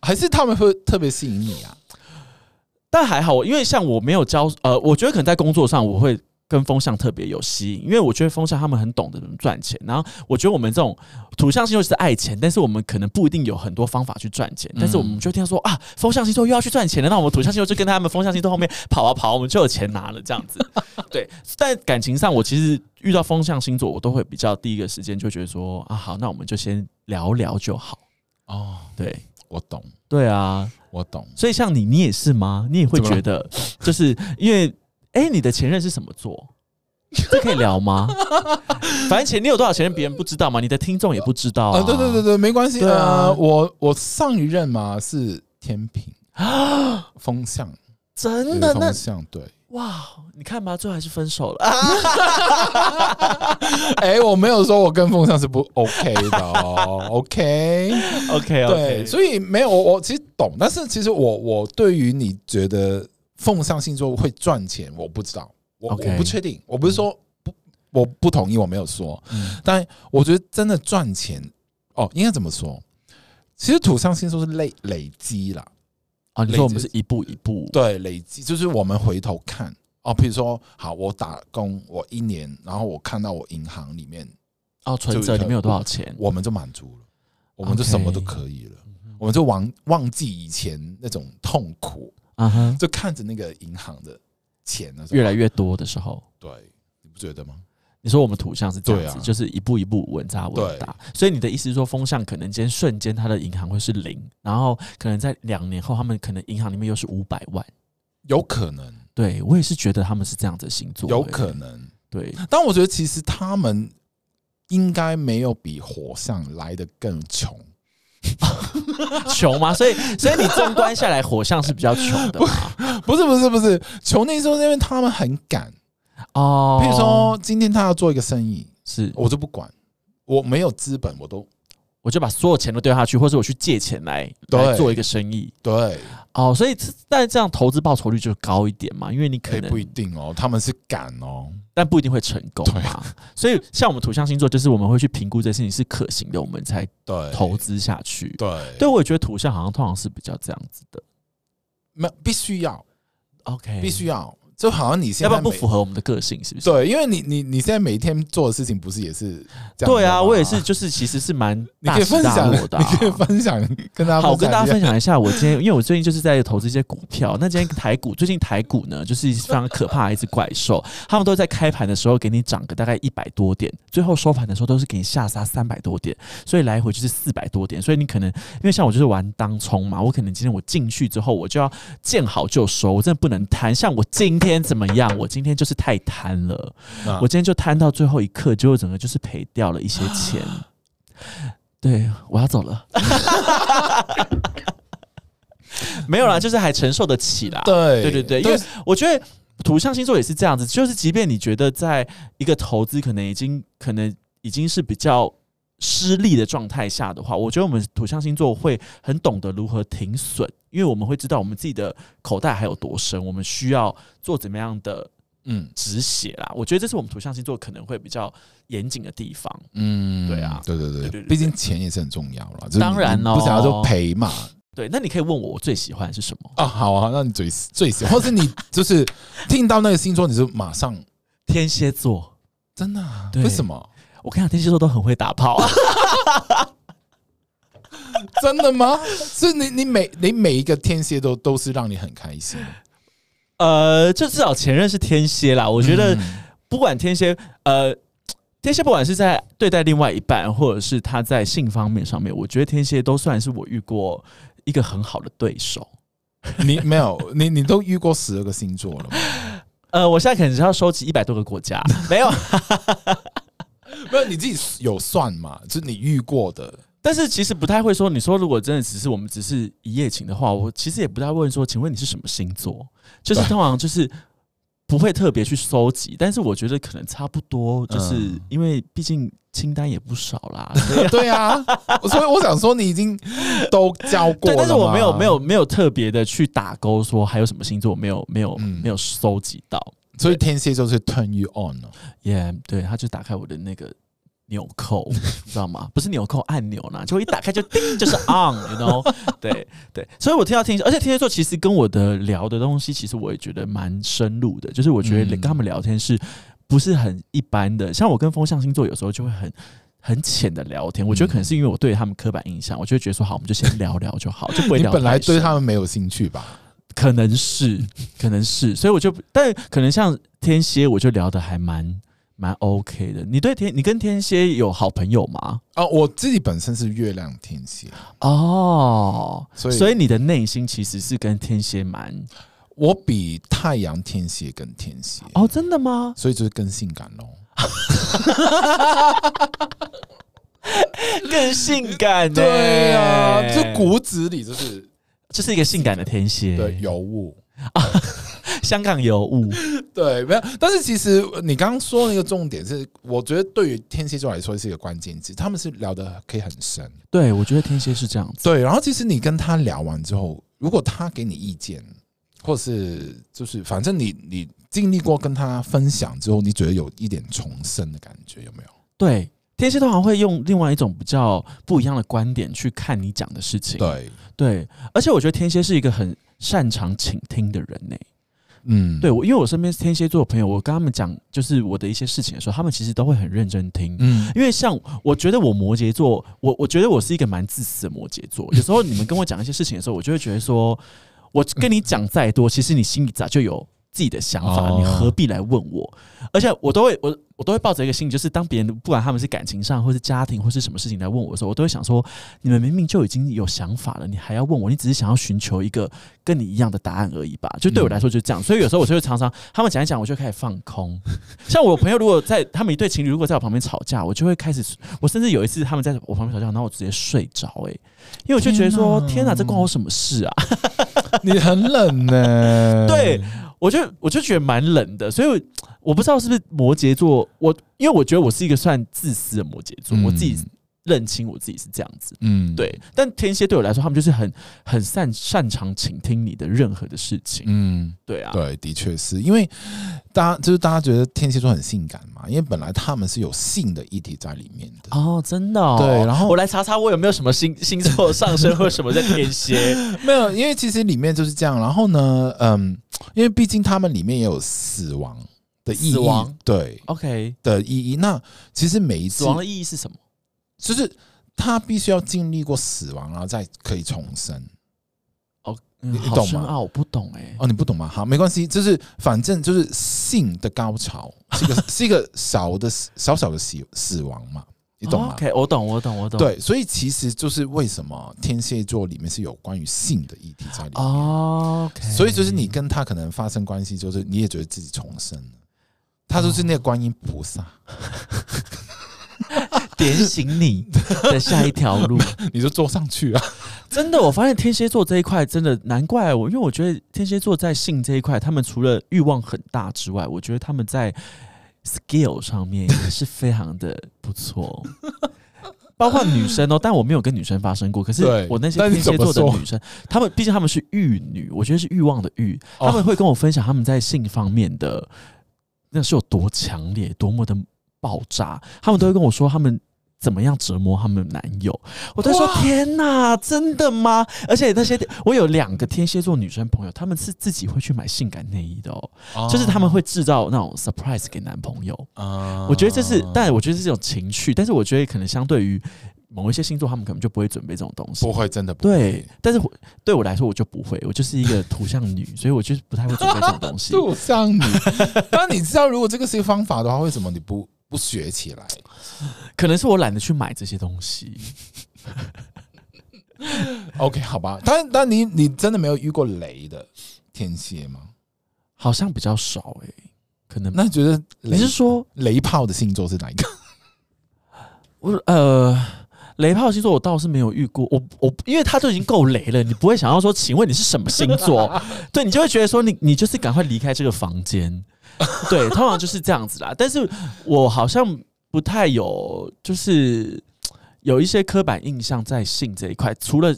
Speaker 1: 还是他们会特别吸引你啊？
Speaker 2: 但还好，因为像我没有教，呃，我觉得可能在工作上我会跟风向特别有吸引，因为我觉得风向他们很懂得怎么赚钱，然后我觉得我们这种土象星座是爱钱，但是我们可能不一定有很多方法去赚钱，但是我们就听到说啊，风象星座又要去赚钱了，那我们土象星座就跟他们风象星座后面跑啊跑啊，我们就有钱拿了这样子。 对，但感情上我其实遇到风象星座，我都会比较第一个时间就觉得说啊，好，那我们就先聊聊就好。
Speaker 1: 哦，
Speaker 2: 对，
Speaker 1: 我懂，
Speaker 2: 对啊，
Speaker 1: 我懂。
Speaker 2: 所以像你，你也是吗？你也会
Speaker 1: 怎么了
Speaker 2: 觉得，就是因为，哎、你的前任是什么座？这可以聊吗？反正前你有多少前任，别人不知道嘛，你的听众也不知道
Speaker 1: 啊、
Speaker 2: 啊。
Speaker 1: 对对 对对，没关系。
Speaker 2: 对啊
Speaker 1: 呃，我我上一任嘛是天平风向，
Speaker 2: 真
Speaker 1: 也
Speaker 2: 的
Speaker 1: 是
Speaker 2: 那
Speaker 1: 风向对，
Speaker 2: 哇，你看吧，最后还是分手了。 啊、
Speaker 1: 哎、我没有说我跟风向是不 OK 的哦，OK。
Speaker 2: OK
Speaker 1: 对，
Speaker 2: OK，以
Speaker 1: 所以没有我，我其实懂，但是其实我我对于你觉得奉上星座会赚钱，我不知道，我
Speaker 2: OK
Speaker 1: 我不确定，我不是说不，我不同意，我没有说，
Speaker 2: 嗯
Speaker 1: 但我觉得真的赚钱哦，应该怎么说？其实土象星座是累累积啦，
Speaker 2: 啊，你说我们
Speaker 1: 累积
Speaker 2: 是一步一步，
Speaker 1: 对，累积就是我们回头看哦，比如说好，我打工我一年，然后我看到我银行里面，
Speaker 2: 哦，存折里面有多少钱？
Speaker 1: 我们就满足了，我们就什么都可以了。
Speaker 2: 嗯
Speaker 1: 我们就忘忘记以前那种痛苦，
Speaker 2: 啊哈，
Speaker 1: 就看着那个银行的钱的时候，
Speaker 2: 越来越多的时候，
Speaker 1: 对，你不觉得吗？
Speaker 2: 你说我们土象是这样子，
Speaker 1: 对啊
Speaker 2: 就是一步一步稳扎稳打。所以你的意思是说，风向可能今天瞬间它的银行会是零，然后可能在两年后，他们可能银行里面又是五百万。
Speaker 1: 有可能，
Speaker 2: 对我也是觉得他们是这样子的星座，
Speaker 1: 有
Speaker 2: 欸
Speaker 1: 可能，
Speaker 2: 对
Speaker 1: 但我觉得其实他们应该没有比火象来的更穷，
Speaker 2: 穷吗？ 所以所以你纵观下来，火象是比较穷的嘛？
Speaker 1: 不是不是不是，穷的意思是因为他们很赶，
Speaker 2: 哦，
Speaker 1: 譬如说今天他要做一个生意，
Speaker 2: 是，
Speaker 1: 我就不管，我没有资本，我都
Speaker 2: 我就把所有钱都丢下去，或者我去借钱来来
Speaker 1: 对
Speaker 2: 做一个生意。
Speaker 1: 对，
Speaker 2: 哦，所以这但这样投资报酬率就高一点嘛，因为你可
Speaker 1: 可以
Speaker 2: 能
Speaker 1: 不一定哦，他们是赶哦，
Speaker 2: 但不一定会成功嘛。所以像我们土象星座，就是我们会去评估这件事情是可行的，我们才
Speaker 1: 对，
Speaker 2: 投资下去。
Speaker 1: 对
Speaker 2: 对，我也觉得土象好像通常是比较这样子的。
Speaker 1: 没有必须要
Speaker 2: OK，
Speaker 1: 必，须要，就好像你现
Speaker 2: 哎
Speaker 1: 在
Speaker 2: 要不然不
Speaker 1: 每
Speaker 2: 符合我们的个性，是不是？
Speaker 1: 对，啊因为你你你现在每天做的事情不是也是这样的
Speaker 2: 对啊，
Speaker 1: 吗
Speaker 2: 我也是，，就是其实是蛮
Speaker 1: 你
Speaker 2: 大
Speaker 1: 可以
Speaker 2: 起
Speaker 1: 分
Speaker 2: 大
Speaker 1: 享，
Speaker 2: 落的、啊
Speaker 1: 你可以分享跟大家
Speaker 2: 好，我跟大 家分
Speaker 1: 一下
Speaker 2: 享一下，我今天因为我最近就是在投资一些股票。那今天台股最近台股呢，就是非常可怕的一只怪兽，他们都在开盘的时候给你涨个大概一百多点，最后收盘的时候都是给你下杀三百多点，所以来回就是四百多点。所以你可能因为像我就是玩当冲嘛，我可能今天我进去之后我就要见好就收，我真的不能贪。像我今天怎么样？我今天就是太贪了。
Speaker 1: 那
Speaker 2: 我今天就摊到最后一刻，结果整个就是赔掉了一些钱。 对，我要走了。 没有啦，就是还承受得起啦。
Speaker 1: 对
Speaker 2: 对对对，因为我觉得土象星座也是这样子，就是即便你觉得在一个投资可能已经可能已经是比较失利的状态下的话，我觉得我们土象星座会很懂得如何停损，因为我们会知道我们自己的口袋还有多深，我们需要做怎么样的
Speaker 1: 嗯
Speaker 2: 止血啦。我觉得这是我们土象星座可能会比较严谨的地方。
Speaker 1: 嗯，
Speaker 2: 对啊
Speaker 1: 对
Speaker 2: 对
Speaker 1: 对
Speaker 2: 对
Speaker 1: 对，
Speaker 2: 对
Speaker 1: 毕竟钱也是很重要了，就是
Speaker 2: 当然哦
Speaker 1: 你
Speaker 2: 咯
Speaker 1: 不想要就赔嘛。
Speaker 2: 对，那你可以问我我最喜欢的是什么？
Speaker 1: 啊，好啊，那你最最喜 欢，或是你就是听到那个星座，你就马上
Speaker 2: 天蝎座。
Speaker 1: 真的啊
Speaker 2: 对
Speaker 1: 为什么？
Speaker 2: 我跟你讲，天蝎座都很会打炮。啊
Speaker 1: 真的吗？ 是你你每你每一个天蝎都都是让你很开心，
Speaker 2: 呃，就至少前任是天蝎啦。我觉得
Speaker 1: 嗯
Speaker 2: 不管天蝎，呃，天蝎不管是在对待另外一半，或者是他在性方面上面，我觉得天蝎都算是我遇过一个很好的对手。
Speaker 1: 嗯你没有你你都遇过十二个星座了吗？
Speaker 2: 呃，我现在可能是要收集一百多个国家，没有，
Speaker 1: 没有，你自己有算嘛？就是你遇过的，
Speaker 2: 但是其实不太会说。你说如果真的只是我们只是一夜情的话，我其实也不太问说，请问你是什么星座？就是
Speaker 1: 对
Speaker 2: 通常就是不会特别去搜集，但是我觉得可能差不多，就是
Speaker 1: 嗯
Speaker 2: 因为毕竟清单也不少 啦，
Speaker 1: 对啊，所以我想说你已经都教过
Speaker 2: 对，
Speaker 1: 了，
Speaker 2: 但是我没有没有，没有特别的去打勾说还有什么星座没有没有、
Speaker 1: 嗯
Speaker 2: 没有收集到。
Speaker 1: 所以天蝎就是 turn you on 哦，
Speaker 2: 耶、对，他就打开我的那个纽扣，你知道吗？不是纽扣按钮啦，就一打开就叮，就是 on，you know？对 对，所以我听到天蝎，而且天蝎座其实跟我的聊的东西，其实我也觉得蛮深入的，就是我觉得
Speaker 1: 嗯
Speaker 2: 跟他们聊天是不是很一般的？像我跟风象星座有时候就会很。很浅的聊天，我觉得可
Speaker 1: 嗯
Speaker 2: 能是因为我对他们刻板印象，我就会觉得说好，我们就先聊聊就好，就不会
Speaker 1: 你
Speaker 2: 聊。
Speaker 1: 本来对他们没有兴趣吧？
Speaker 2: 可能是，可能是，所以我就，但可能像天蝎，我就聊得还蛮蛮 OK 的。你对天，你跟天蝎有好朋友吗？
Speaker 1: 啊，我自己本身是月亮天蝎，
Speaker 2: 哦，
Speaker 1: 所以
Speaker 2: 所以你的内心其实是跟天蝎蛮
Speaker 1: 我比太阳天蝎更天蝎，
Speaker 2: 哦，真的吗？
Speaker 1: 所以就是更性感喽。
Speaker 2: 更性感、欸呢
Speaker 1: 对啊，这骨子里就是
Speaker 2: 就是一个性感的天蝎，
Speaker 1: 对尤物，
Speaker 2: 香港有雾，
Speaker 1: 对，没有。但是其实你刚刚说那个重点是，我觉得对于天蝎座来说是一个关键字，他们是聊的可以很深。
Speaker 2: 对我觉得天蝎是这样子，
Speaker 1: 对，然后其实你跟他聊完之后，如果他给你意见，或是就是反正你你经历过跟他分享之后，你觉得有一点重生的感觉，有没有？
Speaker 2: 对。天蝎通常会用另外一种比较不一样的观点去看你讲的事情，
Speaker 1: 对，
Speaker 2: 对而且我觉得天蝎是一个很擅长倾听的人呢、
Speaker 1: 嗯，
Speaker 2: 对，我因为我身边天蝎座的朋友，我跟他们讲就是我的一些事情的时候，他们其实都会很认真听。
Speaker 1: 嗯，
Speaker 2: 因为像我觉得我摩羯座，我我觉得我是一个蛮自私的摩羯座。有时候你们跟我讲一些事情的时候，我就会觉得说，我跟你讲再多，其实你心里早就有自己的想法，
Speaker 1: 哦
Speaker 2: 你何必来问我？而且我都会我我都会抱着一个心理，就是当别人不管他们是感情上，或是家庭，或是什么事情来问我的时候，我都会想说，你们明明就已经有想法了，你还要问我？你只是想要寻求一个跟你一样的答案而已吧？就对我来说就是这样。所以有时候我就会常常他们讲一讲，我就开始放空。像我朋友如果在他们一对情侣如果在我旁边吵架，我就会开始，我甚至有一次他们在我旁边吵架，然后我直接睡着哎、欸因为我就觉得说
Speaker 1: 天哪
Speaker 2: 天哪、这关我什么事啊？
Speaker 1: 你很冷呢、
Speaker 2: 对，我就我就觉得蛮冷的，所以我我不知道是不是摩羯座，我因为我觉得我是一个算自私的摩羯座，
Speaker 1: 嗯
Speaker 2: 我自己认清我自己是这样子。
Speaker 1: 嗯，嗯，
Speaker 2: 对，但天蝎对我来说，他们就是很很擅擅长倾听你的任何的事情。
Speaker 1: 嗯，
Speaker 2: 对啊，
Speaker 1: 对，的确是因为大家就是大家觉得天蝎座很性感嘛，因为本来他们是有性的议题在里面的。
Speaker 2: 哦，真的、哦。
Speaker 1: 对然后
Speaker 2: 我来查查我有没有什么星星座上升或什么在天蝎。
Speaker 1: 没有，因为其实里面就是这样。然后呢，嗯，因为毕竟他们里面也有死亡的意义，
Speaker 2: 死亡
Speaker 1: 对
Speaker 2: OK，
Speaker 1: 的意义。那其实每一
Speaker 2: 死
Speaker 1: 次
Speaker 2: 亡的意义是什么？
Speaker 1: 就是他必须要经历过死亡，然后再可以重生。
Speaker 2: 嗯
Speaker 1: 你
Speaker 2: 好
Speaker 1: 懂吗
Speaker 2: 深奥，我不懂哎、
Speaker 1: 哦，你不懂吗？好，没关系，就是反正就是性的高潮是一个 是一个小的小小的死死亡嘛，你懂吗？
Speaker 2: 哦？OK，我懂，我懂，我懂。
Speaker 1: 对，所以其实就是为什么天蝎座里面是有关于性的议题在里面。
Speaker 2: 哦，OK。
Speaker 1: 所以就是你跟他可能发生关系，就是你也觉得自己重生了，他就是那个观音菩萨，
Speaker 2: 点醒你的下一 条路。
Speaker 1: 你就坐上去啊。
Speaker 2: 真的，我发现天蝎座这一块真的难怪哦我，因为我觉得天蝎座在性这一块，他们除了欲望很大之外，我觉得他们在 skill 上面也是非常的 不错。包括女生哦，但我没有跟女生发生过。可是
Speaker 1: 对
Speaker 2: 我那些
Speaker 1: 但是
Speaker 2: 天蝎座的
Speaker 1: 怎么说
Speaker 2: 女生，她们毕竟她们是玉女，我觉得是欲望的欲，
Speaker 1: 哦
Speaker 2: 她们会跟我分享她们在性方面的那是有多强烈，多么的爆炸。她们都会跟我说她们怎么样折磨她们男友，我都说
Speaker 1: 哇
Speaker 2: 天哪，真的吗？而且那些我有两个天蝎座女生朋友，她们是自己会去买性感内衣的哦，就是她们会制造那种 surprise 给男朋友。
Speaker 1: 啊
Speaker 2: 我觉得这是，但我觉得这是一种情趣，但是我觉得可能相对于某一些星座，他们可能就不会准备这种东西
Speaker 1: 不。会真的不会
Speaker 2: 对，但是我对我来说，我就不会，我就是一个土象女，所以我就是不太会准备这种东 西。
Speaker 1: 就像你。但你知道，如果这个是一个方法的话，为什么你不不学起来？
Speaker 2: 可能是我懒得去买这些东西。
Speaker 1: OK，好吧，但但你你真的没有遇过雷的天蝎吗？
Speaker 2: 好像比较少哎、可能
Speaker 1: 那你觉得
Speaker 2: 你
Speaker 1: 雷
Speaker 2: 是说
Speaker 1: 雷炮的星座是哪一个？
Speaker 2: 我呃，雷炮星座我倒是没有遇过，我我因为他都已经够雷了，你不会想要说，请问你是什么星 座？对你就会觉得说你你就是赶快离开这个房间，对，通常就是这样子啦。但是我好像不太有，就是有一些刻板印象在性这一块，除了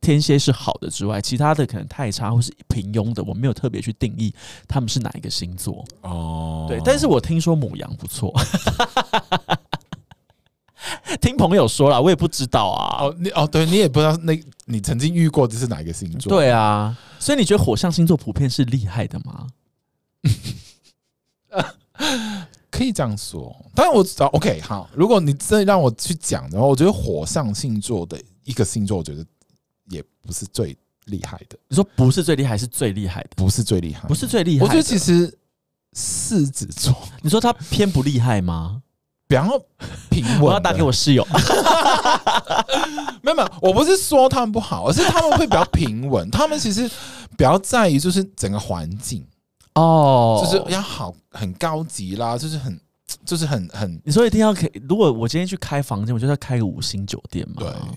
Speaker 2: 天蝎是好的之外，其他的可能太差或是平庸的，我没有特别去定义他们是哪一个星座。
Speaker 1: 哦
Speaker 2: 对，但是我听说母羊不错， 听朋友说啦，我也不知道啊。
Speaker 1: 哦你哦，对你也不知道那你曾经遇过的是哪一个星座？
Speaker 2: 对啊，所以你觉得火象星座普遍是厉害的吗？
Speaker 1: 可以这样说，但我找 OK 好。如果你真的让我去讲的话，我觉得火象星座的一个星座，我觉得也不是最厉害的，
Speaker 2: 你说不是最厉害，是最厉害的，
Speaker 1: 不是最厉害的，
Speaker 2: 不是最厉害
Speaker 1: 我
Speaker 2: 的。
Speaker 1: 觉得其实狮子座
Speaker 2: 你说他偏不厉害吗？
Speaker 1: 比较平稳的。
Speaker 2: 我要打给我 室友。
Speaker 1: 没有没有，我不是说他们不好，而是他们会比较平稳。他们其实比较在于就是整个环境，
Speaker 2: 哦，
Speaker 1: 就是要好很高级啦，就是很就是很很
Speaker 2: 你说一定要可以，如果我今天去开房间，我就要开个五星酒店嘛。哦
Speaker 1: 对，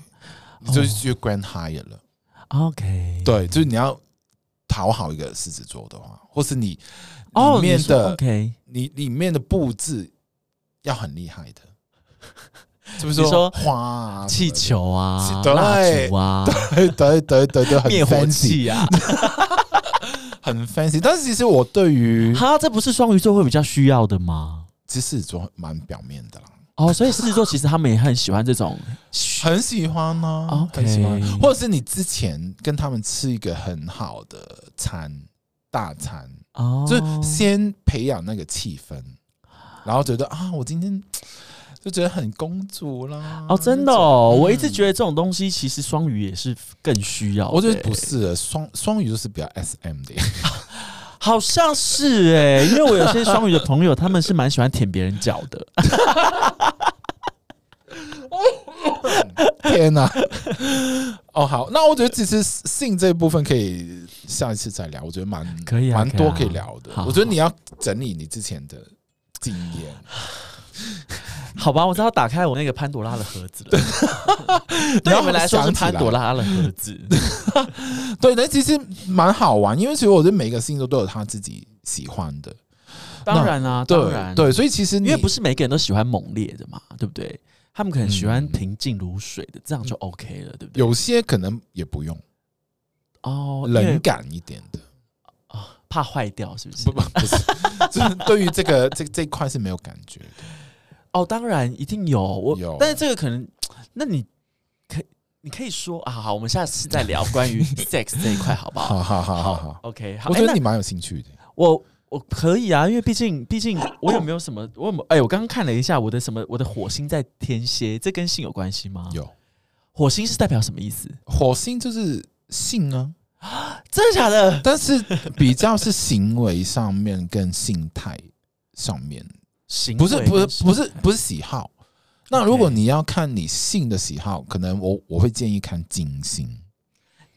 Speaker 1: 你就是去 Grand Hyatt 了。
Speaker 2: ，OK，
Speaker 1: 对，就是你要讨好一个狮子座的话，或是你
Speaker 2: 哦，
Speaker 1: 里面
Speaker 2: 你说
Speaker 1: 的啊
Speaker 2: OK，
Speaker 1: 你里面的布置要很厉害的， 是不是
Speaker 2: 你说
Speaker 1: 花啊、
Speaker 2: 气球啊，
Speaker 1: 对
Speaker 2: 蜡烛啊，
Speaker 1: 什么的？ 对对对对，很
Speaker 2: 灭火
Speaker 1: fancy，
Speaker 2: 器啊，
Speaker 1: 很 fancy。但是其实我对于
Speaker 2: 哈，这不是双鱼座会比较需要的吗？
Speaker 1: 其实狮子座蛮表面的啦，
Speaker 2: 哦，所以狮子座其实他们也很喜欢这种
Speaker 1: 很喜欢呢、
Speaker 2: 哦 OK
Speaker 1: 很喜欢。或者是你之前跟他们吃一个很好的餐大餐，
Speaker 2: 哦，
Speaker 1: 就是先培养那个气氛，然后觉得啊，我今天就觉得很公主啦。
Speaker 2: 哦，真的哦，
Speaker 1: 嗯
Speaker 2: 我一直觉得这种东西其实双鱼也是更需要的欸，
Speaker 1: 我觉得不是的，双双鱼就是比较 S M 的，
Speaker 2: 好像是哎、因为我有些双鱼的朋友，他们是蛮喜欢舔别人脚的。
Speaker 1: 天哪、 哦，好，那我觉得其实性这一部分可以下一次再聊，我觉得蛮
Speaker 2: 可以啊
Speaker 1: 蛮多
Speaker 2: 可
Speaker 1: 可
Speaker 2: 以啊
Speaker 1: 以聊的。
Speaker 2: 好
Speaker 1: 我觉得你要整理你之前的经验，
Speaker 2: 好吧，我知道打开我那个潘多拉的盒 子了。
Speaker 1: 然
Speaker 2: 对
Speaker 1: 后
Speaker 2: 我们来说是
Speaker 1: 想起
Speaker 2: 潘多拉的盒 子。
Speaker 1: 对，那其实蛮好玩，因为其实我觉得每个星座都有他自己喜欢的，
Speaker 2: 当然啦、当然，
Speaker 1: 对，对，所以其实你
Speaker 2: 因为不是每个人都喜欢猛烈的嘛，对不对？他们可能喜欢平静如水的，这样就 OK 了，对不
Speaker 1: 嗯
Speaker 2: 对？
Speaker 1: 有些可能也不用
Speaker 2: 哦，因为
Speaker 1: 冷感一点的，
Speaker 2: 啊怕坏掉是不是
Speaker 1: 不？不不是，就是对于这个这这一块是没有感觉的。
Speaker 2: 哦，当然一定有我，
Speaker 1: 有
Speaker 2: 但是这个可能，那你可你可以说啊，好，我们下次再聊关 于 sex 这一块，好不
Speaker 1: 好
Speaker 2: 好？
Speaker 1: 好好好好，
Speaker 2: OK，好，
Speaker 1: 我
Speaker 2: 哎
Speaker 1: 觉得
Speaker 2: 那
Speaker 1: 你蛮有兴趣的。
Speaker 2: 我我可以啊，因为毕竟毕竟我有没有什么， 我有没有哎、我刚刚看了一下我的什么，我的火星在天蝎，这跟性有关系吗？
Speaker 1: 有
Speaker 2: 火星是代表什么意思？
Speaker 1: 火星就是性啊，
Speaker 2: 真的假的？
Speaker 1: 但是比较是行为上面跟性态上 面，
Speaker 2: 行
Speaker 1: 不是
Speaker 2: 为
Speaker 1: 不
Speaker 2: 跟
Speaker 1: 是
Speaker 2: 性
Speaker 1: 不是不是喜好。那如果
Speaker 2: OK
Speaker 1: 你要看你性的喜好，可能我我会建议看金星。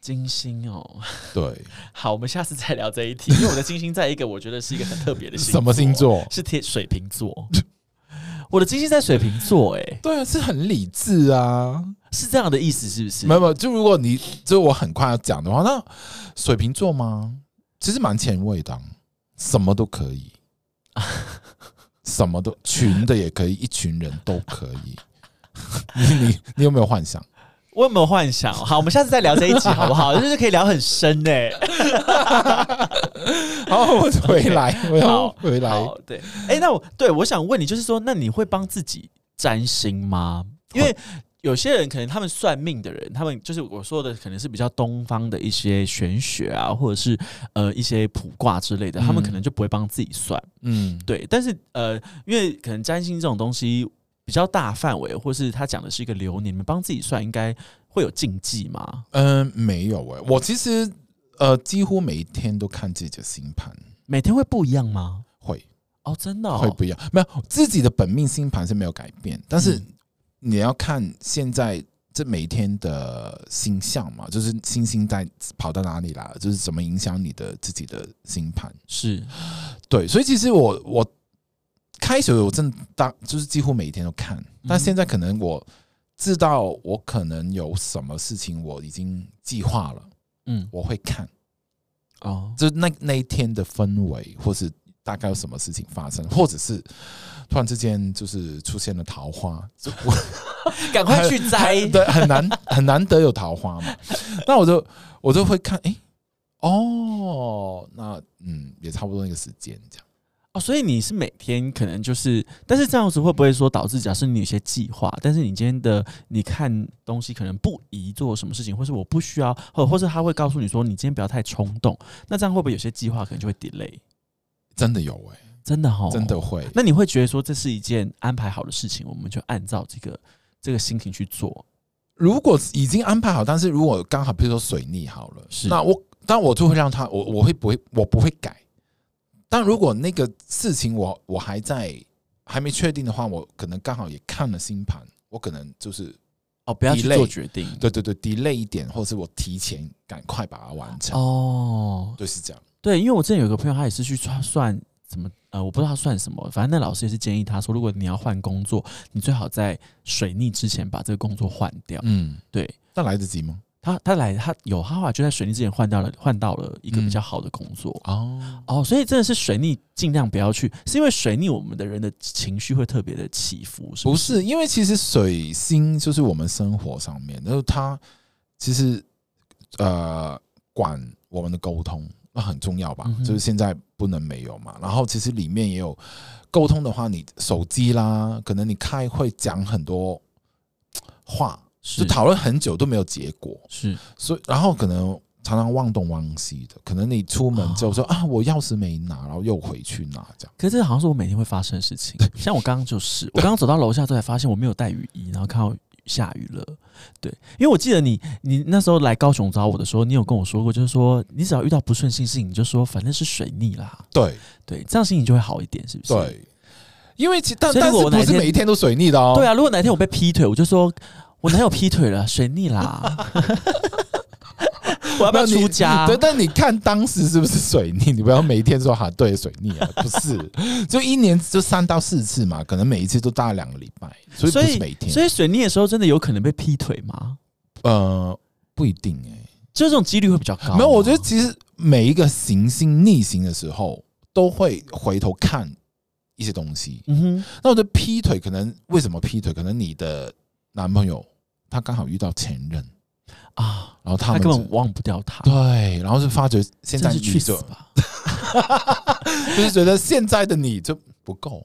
Speaker 2: 金星哦。
Speaker 1: 对，
Speaker 2: 好，我们下次再聊这一题，因为我的金星在一个我觉得是一个很特别的星，
Speaker 1: 什么星？座？
Speaker 2: 是天水瓶座。 我的金星在水瓶座、哎，
Speaker 1: 对啊，是很理智啊。
Speaker 2: 是这样的意思是不是？
Speaker 1: 没有，没有，就如果你就我很快要讲的话，那水瓶座吗？其实蛮前卫的啊、什么都可以，什么都群的也可以，一群人都可以。你你你有没有幻想？
Speaker 2: 我有没有幻想？好，我们下次再聊这一 集好不好？就是可以聊很深呢、哎
Speaker 1: 好，我回来我要
Speaker 2: 好
Speaker 1: 回来。
Speaker 2: 好，对，哎、那我对我想问你，就是说，那你会帮自己占星吗？因为有些人可能他们算命的人，他们就是我说的，可能是比较东方的一些玄学啊，或者是呃一些卜卦之类的，他们
Speaker 1: 嗯
Speaker 2: 可能就不会帮自己算。
Speaker 1: 嗯，
Speaker 2: 对，但是呃，因为可能占星这种东西比较大范围，或是他讲的是一个流年，你们帮自己算应该会有禁忌吗？
Speaker 1: 嗯、没有哎、我其实呃几乎每一天都看自己的星盘，
Speaker 2: 每天会不一样吗？
Speaker 1: 会
Speaker 2: 哦，真的、哦，
Speaker 1: 会不一样。没有自己的本命星盘是没有改变，但是
Speaker 2: 嗯
Speaker 1: 你要看现在这每天的星象嘛，就是星星在跑到哪里啦，就是怎么影响你的自己的星盘。
Speaker 2: 是
Speaker 1: 对，所以其实我我开始我真的当就是几乎每一天都看，
Speaker 2: 嗯
Speaker 1: 但现在可能我知道我可能有什么事情我已经计划了，
Speaker 2: 嗯
Speaker 1: 我会看。
Speaker 2: 哦
Speaker 1: 就是那那一天的氛围，或是大概有什么事情发生，或者是突然之间就是出现了桃花，就我
Speaker 2: 赶快 去摘
Speaker 1: 对很难很难得有桃花嘛，那我就我就会看，诶，哦，那嗯也差不多那个时间这样。
Speaker 2: 哦，所以你是每天可能就是，但是这样子会不会说导致，假设你有些计划，但是你今天的你看东西可能不宜做什么事情，或是我不需要，或或是他会告诉你说你今天不要太冲动，那这样会不会有些计划可能就会 delay？
Speaker 1: 真的有诶，
Speaker 2: 真的哦哈，
Speaker 1: 真的。会。
Speaker 2: 那你会觉得说这是一件安排好的事情，我们就按照这个这个心情去做，
Speaker 1: 如果已经安排好，但是如果刚好比如说水逆好了，
Speaker 2: 是
Speaker 1: 那我但我就会让他我我会不会我不会改，但如果那个事情我我还在还没确定的话，我可能刚好也看了星盘，我可能就是
Speaker 2: 哦，不要去
Speaker 1: delay
Speaker 2: 做决定。
Speaker 1: 对对对 delay 一点，或是我提前赶快把它完成，
Speaker 2: 哦，
Speaker 1: 对是这样。
Speaker 2: 对，因为我之前有个朋友，他也是去算算怎么呃，我不知道他算什么，反正那老师也是建议他说，如果你要换工作，你最好在水逆之前把这个工作换掉。
Speaker 1: 嗯，
Speaker 2: 对
Speaker 1: 但来得及吗？
Speaker 2: 他他来他有他后来就在水逆之前换到了换到了一个比较好的工作。
Speaker 1: 哦，
Speaker 2: 哦，所以真的是水逆，尽量不要去，是因为水逆，我们的人的情绪会特别的起伏，是
Speaker 1: 不
Speaker 2: 是？
Speaker 1: 是，因为其实水星就是我们生活上面，然后它其实呃管我们的沟通，那很重要吧？
Speaker 2: 嗯哼
Speaker 1: 就是现在不能没有嘛。然后其实里面也有沟通的话，你手机啦，可能你开会讲很多话，
Speaker 2: 是
Speaker 1: 就讨论很久都没有结果，
Speaker 2: 是
Speaker 1: 所以然后可能。常常忘东忘西的，可能你出门就
Speaker 2: 哦
Speaker 1: 说、啊，我钥匙没拿，然后又回去拿这样。
Speaker 2: 可是这好像是我每天会发生的 事情。像我刚刚就是，我刚刚走到楼下之后才发现我没有带雨衣，然后看到下雨了。对，因为我记得你，你那时候来高雄找我的时候，你有跟我说过，就是说你只要遇到不顺心事情，你就说反正是水逆啦，
Speaker 1: 对
Speaker 2: 对，这样心情就会好一点，是不是？。
Speaker 1: 对，因为其但
Speaker 2: 所以
Speaker 1: 但
Speaker 2: 如
Speaker 1: 是
Speaker 2: 果我
Speaker 1: 不
Speaker 2: 哪
Speaker 1: 是
Speaker 2: 天
Speaker 1: 每一天都水逆的哦。
Speaker 2: 对啊，如果哪天我被劈腿，我就说我男友劈腿了，水 逆啦。我要不要
Speaker 1: 那你
Speaker 2: 出家？啊
Speaker 1: 对，但你看当时是不是水逆？ 你不要每一天说哈、对水逆 啊，不是，就一年就三到四次嘛，可能每一次都大概两个礼拜，所以不
Speaker 2: 所
Speaker 1: 是每
Speaker 2: 以，所
Speaker 1: 天。
Speaker 2: 以水逆的时候真的有可能被劈腿吗？
Speaker 1: 呃，不一定哎、
Speaker 2: 就这种几率会比较高吗。
Speaker 1: 没有，我觉得其实每一个行星逆行的时候，都会回头看一些东西。
Speaker 2: 嗯哼，
Speaker 1: 那我觉得劈腿可能为什么劈腿？可能你的男朋友他刚好遇到前任，
Speaker 2: 啊，
Speaker 1: 然后他
Speaker 2: 他
Speaker 1: 们
Speaker 2: 根
Speaker 1: 就
Speaker 2: 本忘不掉他，
Speaker 1: 对，然后就发觉现在
Speaker 2: 啊真
Speaker 1: 你
Speaker 2: 是去
Speaker 1: 就
Speaker 2: 死吧！
Speaker 1: 就是觉得现在的你就不够，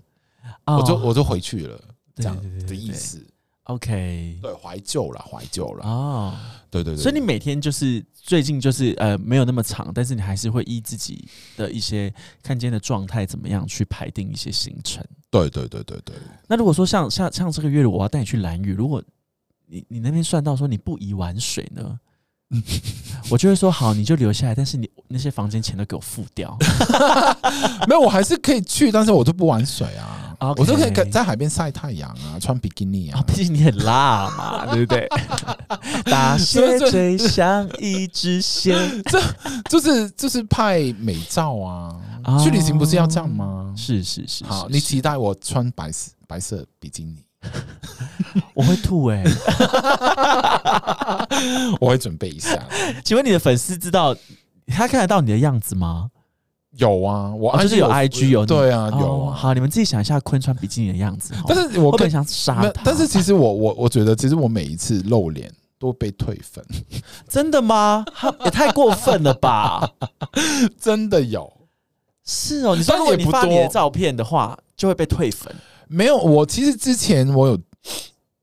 Speaker 2: 啊
Speaker 1: 我就我就回去了，这
Speaker 2: 对
Speaker 1: 样
Speaker 2: 对对对
Speaker 1: 的
Speaker 2: 对
Speaker 1: 意思。
Speaker 2: OK
Speaker 1: 对，怀旧了，怀旧了。
Speaker 2: 哦，
Speaker 1: 对对对，
Speaker 2: 所以你每天就是最近就是呃没有那么长，但是你还是会依自己的一些看见的状态怎么样去排定一些行程。
Speaker 1: 对对对对对，
Speaker 2: 那如果说像像像这个月我要带你去蓝屿，如果你你那边算到说你不宜玩水呢， 我就会说好你就留下来，但是你那些房间钱都给我付 掉。
Speaker 1: 没有，我还是可以去，但是我就不玩水啊
Speaker 2: 哦 OK
Speaker 1: 我就可以在海边晒太阳啊，穿比基尼
Speaker 2: 啊，
Speaker 1: 啊。
Speaker 2: 毕竟你很辣嘛，对不对？大
Speaker 1: 对
Speaker 2: 蟹
Speaker 1: 对
Speaker 2: 嘴像一只蟹，
Speaker 1: 就是就是拍美照啊
Speaker 2: 哦，
Speaker 1: 去旅行不是要这样吗？
Speaker 2: 是是是，
Speaker 1: 好，
Speaker 2: 是
Speaker 1: 你
Speaker 2: 是
Speaker 1: 期待我穿白色白色比基 尼，
Speaker 2: 我会吐 哎、
Speaker 1: 我会准备一下。
Speaker 2: 请问你的粉丝知道他看得到你的样子吗？
Speaker 1: 有啊，我
Speaker 2: 哦就是有 IG 有你
Speaker 1: 对啊有
Speaker 2: 哦
Speaker 1: 啊，
Speaker 2: 好，你们自己想一下坤穿比基尼的样子。哦
Speaker 1: 但
Speaker 2: 是
Speaker 1: 是我
Speaker 2: 我
Speaker 1: 跟
Speaker 2: 本想
Speaker 1: 没
Speaker 2: 杀
Speaker 1: 有
Speaker 2: 他，
Speaker 1: 但是其实我我我觉得，其实我每一次露脸都被退粉，
Speaker 2: 真 的吗？他也太过分了吧？
Speaker 1: 真的有。
Speaker 2: 是哦，你说
Speaker 1: 但
Speaker 2: 如果
Speaker 1: 也
Speaker 2: 你
Speaker 1: 不
Speaker 2: 发
Speaker 1: 多
Speaker 2: 你的照片的话，就会被退粉。
Speaker 1: 没有，我其实之前我有，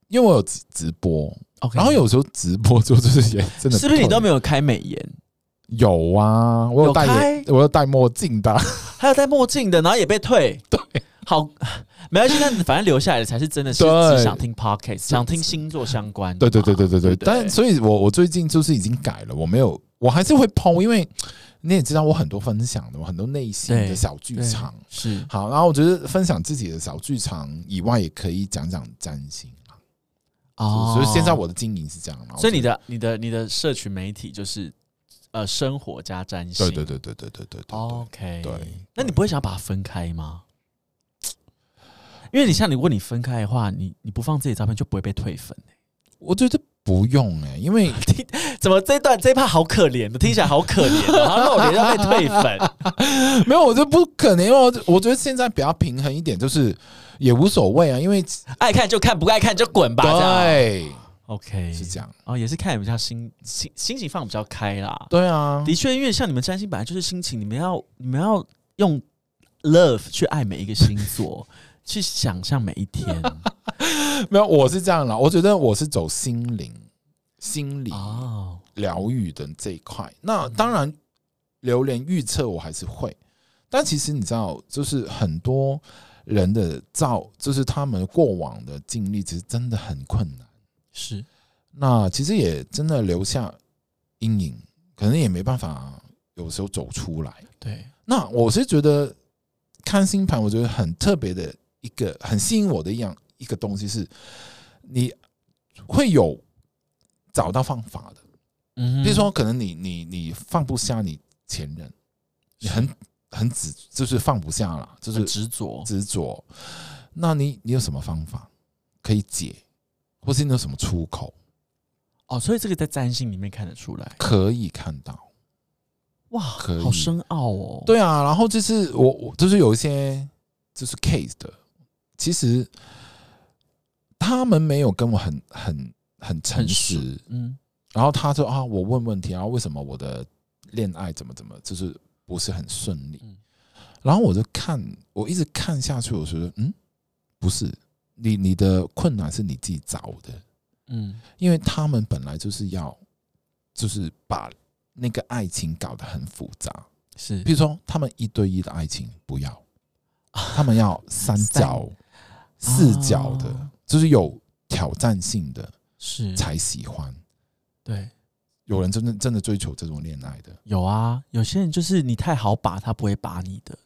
Speaker 1: 因为我有直直播，
Speaker 2: OK，
Speaker 1: 然后有时候直播就就是也真的
Speaker 2: 是不是你都没
Speaker 1: 有？
Speaker 2: 有开美颜，
Speaker 1: 有啊，我有戴眼，我有戴墨镜的啊，
Speaker 2: 还有戴墨镜的，然后也被退？对，好，没关系，那反正留下来的才是真的是
Speaker 1: 对
Speaker 2: 只想听 podcast，想听星座相关的
Speaker 1: 对
Speaker 2: 嘛。
Speaker 1: 对对对对对。
Speaker 2: 不
Speaker 1: 但所以我，我最近就是已经改了，我没有，我还是会 PO，因为你也知道我很多分享的，我很多内心的
Speaker 2: 对
Speaker 1: 小剧
Speaker 2: 对
Speaker 1: 场。
Speaker 2: 是
Speaker 1: 好，然后我觉得分享自己的小剧场以外，也可以讲讲占星。
Speaker 2: 哦，
Speaker 1: 所以现在我的经营是这样嘛？
Speaker 2: 所以你
Speaker 1: 的
Speaker 2: 的你的你的社群媒体就是呃生活加占星，
Speaker 1: 对对对对对对对对对
Speaker 2: 哦 OK，
Speaker 1: 对
Speaker 2: 那你不会想把它分开吗？因为你像你，如果你分开的话，你你不放自己的照片就不会被退粉、
Speaker 1: 我觉得不用哎、因 为
Speaker 2: 欸、怎么这一段这一趴好可怜的，哦听起来好可怜、哦，然后露脸要被退粉，
Speaker 1: 没有，我就不可能，因为我我觉得现在比较平衡一点，就是也无所谓啊，因为
Speaker 2: 爱看就看，不爱看就滚吧。这样
Speaker 1: 对
Speaker 2: OK，
Speaker 1: 是这样，
Speaker 2: 哦，也是看得比较心心心情放得比较开啦。
Speaker 1: 对啊，
Speaker 2: 的确，因为像你们占星本来就是心情，你们要你们要用 love 去爱每一个星 座，去想象每一天
Speaker 1: 没有，我是这样啦，我觉得我是走心灵、心理
Speaker 2: 哦。
Speaker 1: 疗愈的这一块。那当然，流年预测我还是会，但其实你知道，就是很多人的造，就是他们过往的经历，其实真的很困难。
Speaker 2: 是
Speaker 1: 那其实也真的留下阴影，可能也没办法，有时候走出来。
Speaker 2: 对，
Speaker 1: 那我是觉得看星盘，我觉得很特别的一个，很吸引我的一样一个东西是，你会有找到方法的。
Speaker 2: 嗯
Speaker 1: 比如说，可能你你你放不下你前任，你很很执，就是放不下了，就
Speaker 2: 就是
Speaker 1: 是
Speaker 2: 执着，
Speaker 1: 执着。嗯那你你有什么方法可以解，或是你有什么出口？
Speaker 2: 哦，所以这个在占星里面看得出来，
Speaker 1: 可以看到。
Speaker 2: 哇，
Speaker 1: 可以
Speaker 2: 好深奥哦。，
Speaker 1: 对啊，然后就是我我就是有一些就是 case 的，其实他们没有跟我很很很诚
Speaker 2: 很熟
Speaker 1: 实，
Speaker 2: 嗯，
Speaker 1: 然后他说啊，我问问题啊，为什么我的恋爱怎么怎么就是不是很顺利
Speaker 2: 嗯？
Speaker 1: 然后我就看，我一直看下去，我觉得嗯，不是你你的困难是你自己找的，
Speaker 2: 嗯，
Speaker 1: 因为他们本来就是要就是把那个爱情搞得很复杂，
Speaker 2: 是
Speaker 1: 比如说他们一对一的爱情不要，他们要三角、四角的
Speaker 2: 啊，
Speaker 1: 就是有挑战性的
Speaker 2: 是，
Speaker 1: 才喜欢。
Speaker 2: 对，
Speaker 1: 有人真的真的追求这种恋爱的，
Speaker 2: 有啊，有些人就是你太好把，他不会把你的，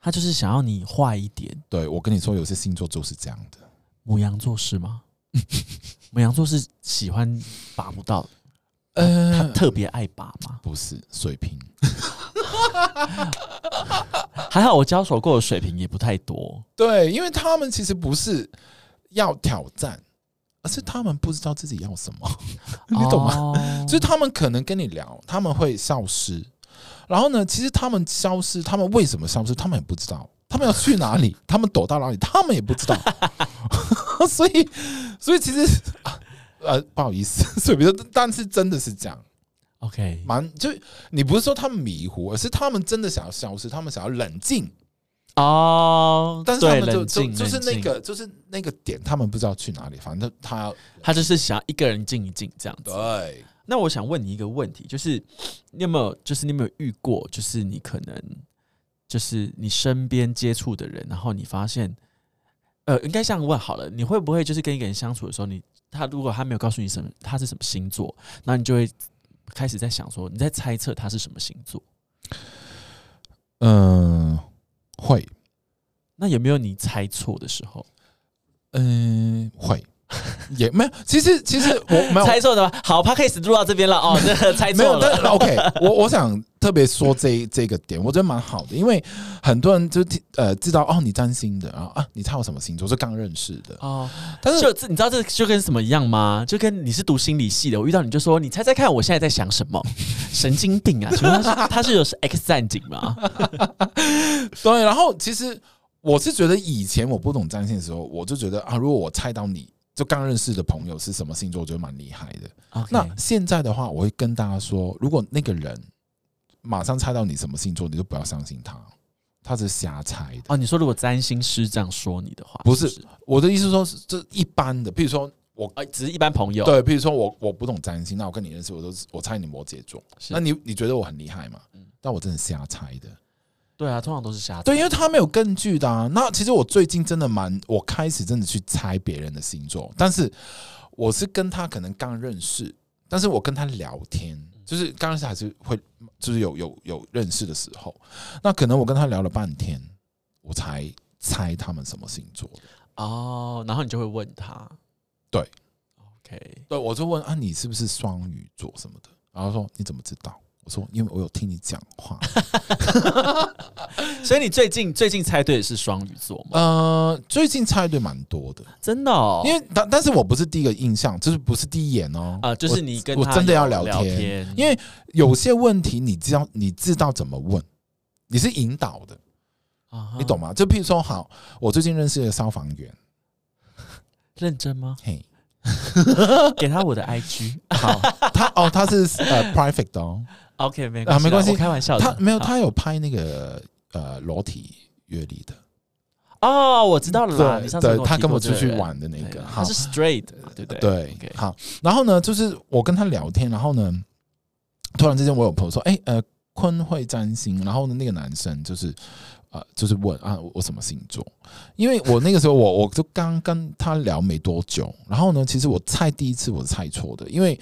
Speaker 2: 他就是想要你坏一点。
Speaker 1: 对我跟你说，有些星座就是这样的。
Speaker 2: 母羊座是 吗？母羊座是喜欢把不到，他
Speaker 1: 呃，
Speaker 2: 特别爱把吗？
Speaker 1: 不是水瓶，
Speaker 2: 还好我交手过的水平也不太多。
Speaker 1: 对，因为他们其实不是要挑战，而是他们不知道自己要什么，你懂吗？
Speaker 2: 吗
Speaker 1: 就是他们可能跟你聊，他们会消失，然后呢，其实他们消失，他们为什么消失，他们也不知道，他们要去哪里，他们躲到哪里，他们也不知道， 所以，所以其实，啊呃，不好意思，所以比如说，但是真的是这样，
Speaker 2: OK，
Speaker 1: 蛮就你不是说他们迷糊，而是他们真的想要消失，他们想要冷静，
Speaker 2: 哦，
Speaker 1: 但是他
Speaker 2: 对
Speaker 1: 们就
Speaker 2: 冷
Speaker 1: 就
Speaker 2: 静
Speaker 1: 就是
Speaker 2: 冷
Speaker 1: 那
Speaker 2: 静
Speaker 1: 个就是那个点，他们不知道去哪里，反正他要呃
Speaker 2: 他就是想要一个人静一静这样子。
Speaker 1: 对，啊
Speaker 2: 那我想问你一个问题，就是你有没有，就是你有没有遇过，就是你可能，就是你身边接触的人，然后你发现，呃，应该这样问好了，你会不会就是跟一个人相处的时候，你他如果他没有告诉你什么，他是什么星座，那你就会开始在想说，你在猜测他是什么星座。
Speaker 1: 嗯、
Speaker 2: 呃
Speaker 1: 会，
Speaker 2: 那有没有你猜错的时候？
Speaker 1: 嗯，会也没有。其实其实 我没有
Speaker 2: 猜错的吗？好 p a c a s 录到这边了哦， 这个猜
Speaker 1: 没
Speaker 2: 错
Speaker 1: 有，
Speaker 2: 了。
Speaker 1: 但 OK，我我想特别说这一这个点，我觉得蛮好的，因为很多人就听呃知道哦，你占星的，然后啊，你猜我什么星座？是刚认识的，
Speaker 2: 哦，
Speaker 1: 但是
Speaker 2: 就这，你知道这就跟什么一样吗？就跟你是读心理系的，我遇到你就说，你猜猜看，我现在在想什 么？神经病啊！请问他是他是有 X 战警 吗？
Speaker 1: 对，然后其实我是觉得以前我不懂占星的时候，我就觉得啊，如果我猜到你就刚认识的朋友是什么星座，我觉得蛮厉害的。那现在的话，我会跟大家说，如果那个人马上猜到你什么星座，你就不要相信他，他是瞎猜的。
Speaker 2: 哦，你说如果占星师这样说你的话，
Speaker 1: 不是
Speaker 2: 不
Speaker 1: 我的意思说，是这一般的，譬如说我
Speaker 2: 啊，只是一般朋友。，
Speaker 1: 对，譬如说我我不懂占星，那我跟你认识，我都是我猜你摩羯座，
Speaker 2: 是
Speaker 1: 那你你觉得我很厉害嘛
Speaker 2: 嗯？
Speaker 1: 但我真的瞎猜的，
Speaker 2: 对啊，通常都是瞎猜
Speaker 1: 对，因为他没有根据的、啊。那其实我最近真的蛮，我开始真的去猜别人的星座，但是我是跟他可能刚认识，但是我跟他聊天，就是刚开始还是会就是有有有认识的时候，那可能我跟他聊了半天，我才猜他们什么星座。
Speaker 2: 哦，然后你就会问他，
Speaker 1: 对
Speaker 2: ，OK，
Speaker 1: 对，我就问啊，你是不是双鱼座什么的？然后说你怎么知道？我说因为我有听你讲话。
Speaker 2: 所以你最近最近猜对的是双鱼座吗？
Speaker 1: 呃，最近猜对蛮多的，
Speaker 2: 真的哦，
Speaker 1: 因为但但是我不是第一个印象，就是不是第一眼哦。
Speaker 2: 啊，就是你跟
Speaker 1: 我
Speaker 2: 他
Speaker 1: 真的要
Speaker 2: 有
Speaker 1: 聊
Speaker 2: 聊
Speaker 1: 天
Speaker 2: 天
Speaker 1: 因为有些问题你知道你知道怎么问，你是引导的，你懂
Speaker 2: 吗？
Speaker 1: 吗？就譬如说，好，我最近认识一个消防员，
Speaker 2: 认 真吗？
Speaker 1: 嘿，
Speaker 2: 给他我的 IG。
Speaker 1: 好，他哦，他是呃 private 的哦，
Speaker 2: OK，没
Speaker 1: 啊没关系
Speaker 2: 啦我开玩笑的。
Speaker 1: 他没有，
Speaker 2: 好
Speaker 1: 他有拍那个呃裸体阅历的，
Speaker 2: 哦，我知道了啦。你上次
Speaker 1: 对，
Speaker 2: 我
Speaker 1: 他
Speaker 2: 提
Speaker 1: 跟
Speaker 2: 过
Speaker 1: 我
Speaker 2: 这
Speaker 1: 出去
Speaker 2: 人，
Speaker 1: 玩的那
Speaker 2: 对
Speaker 1: 个，
Speaker 2: 他
Speaker 1: 好，
Speaker 2: 是 straight，嘛对不对？
Speaker 1: 对
Speaker 2: OK
Speaker 1: 好。然后呢，就是我跟他聊天，然后呢，突然之间我有朋友说，哎、呃，坤会占星，然后呢，那个男生就是。呃，就是问啊，我我什么星座？因为我那个时候我 我就刚跟他聊没多久，然后呢，其实我猜第一次我是猜错的，因为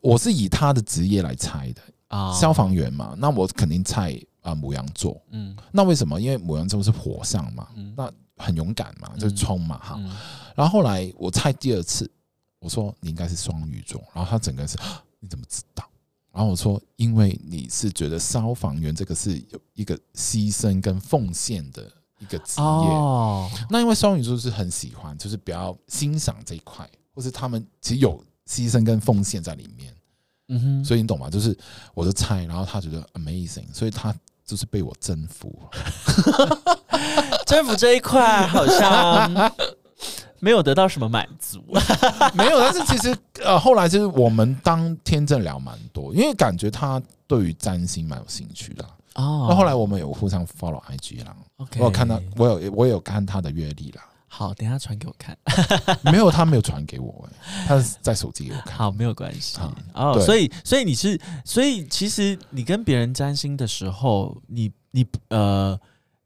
Speaker 1: 我是以他的职业来猜的，
Speaker 2: 啊
Speaker 1: 消防员嘛，那我肯定猜啊、呃母羊座。
Speaker 2: 嗯
Speaker 1: 那为什么？因为母羊座是火象嘛，
Speaker 2: 嗯
Speaker 1: 那很勇敢嘛，就是冲嘛哈。
Speaker 2: 嗯
Speaker 1: 然后后来我猜第二次，我说你应该是双鱼座，然后他整个人是 你怎么知道？然后我说因为你是觉得消防员这个是有一个牺牲跟奉献的一个职业，
Speaker 2: 哦，
Speaker 1: 那因为双鱼座是很喜欢，就是比较欣赏这一块，或是他们其实有牺牲跟奉献在里面。
Speaker 2: 嗯哼，
Speaker 1: 所以你懂吗？就是我的菜，然后他觉得 amazing，所以他就是被我征服了。
Speaker 2: 政府这一块 好像没有得到什么满足。
Speaker 1: 没有，但是其实呃，后来就是我们当天真的聊蛮多，因为感觉他对于占星蛮有兴趣的啦。
Speaker 2: 哦
Speaker 1: 那后来我们有互相 follow IG 啦，
Speaker 2: OK，
Speaker 1: 我有看到，我有我有看他的阅历啦，
Speaker 2: 好，等一下传给我看。
Speaker 1: 没有他没有传给我、欸，他是在手机给我看。
Speaker 2: 好，没有关系。
Speaker 1: 啊
Speaker 2: 哦，
Speaker 1: 对
Speaker 2: 所以所以你是，所以其实你跟别人占星的时候，你你呃，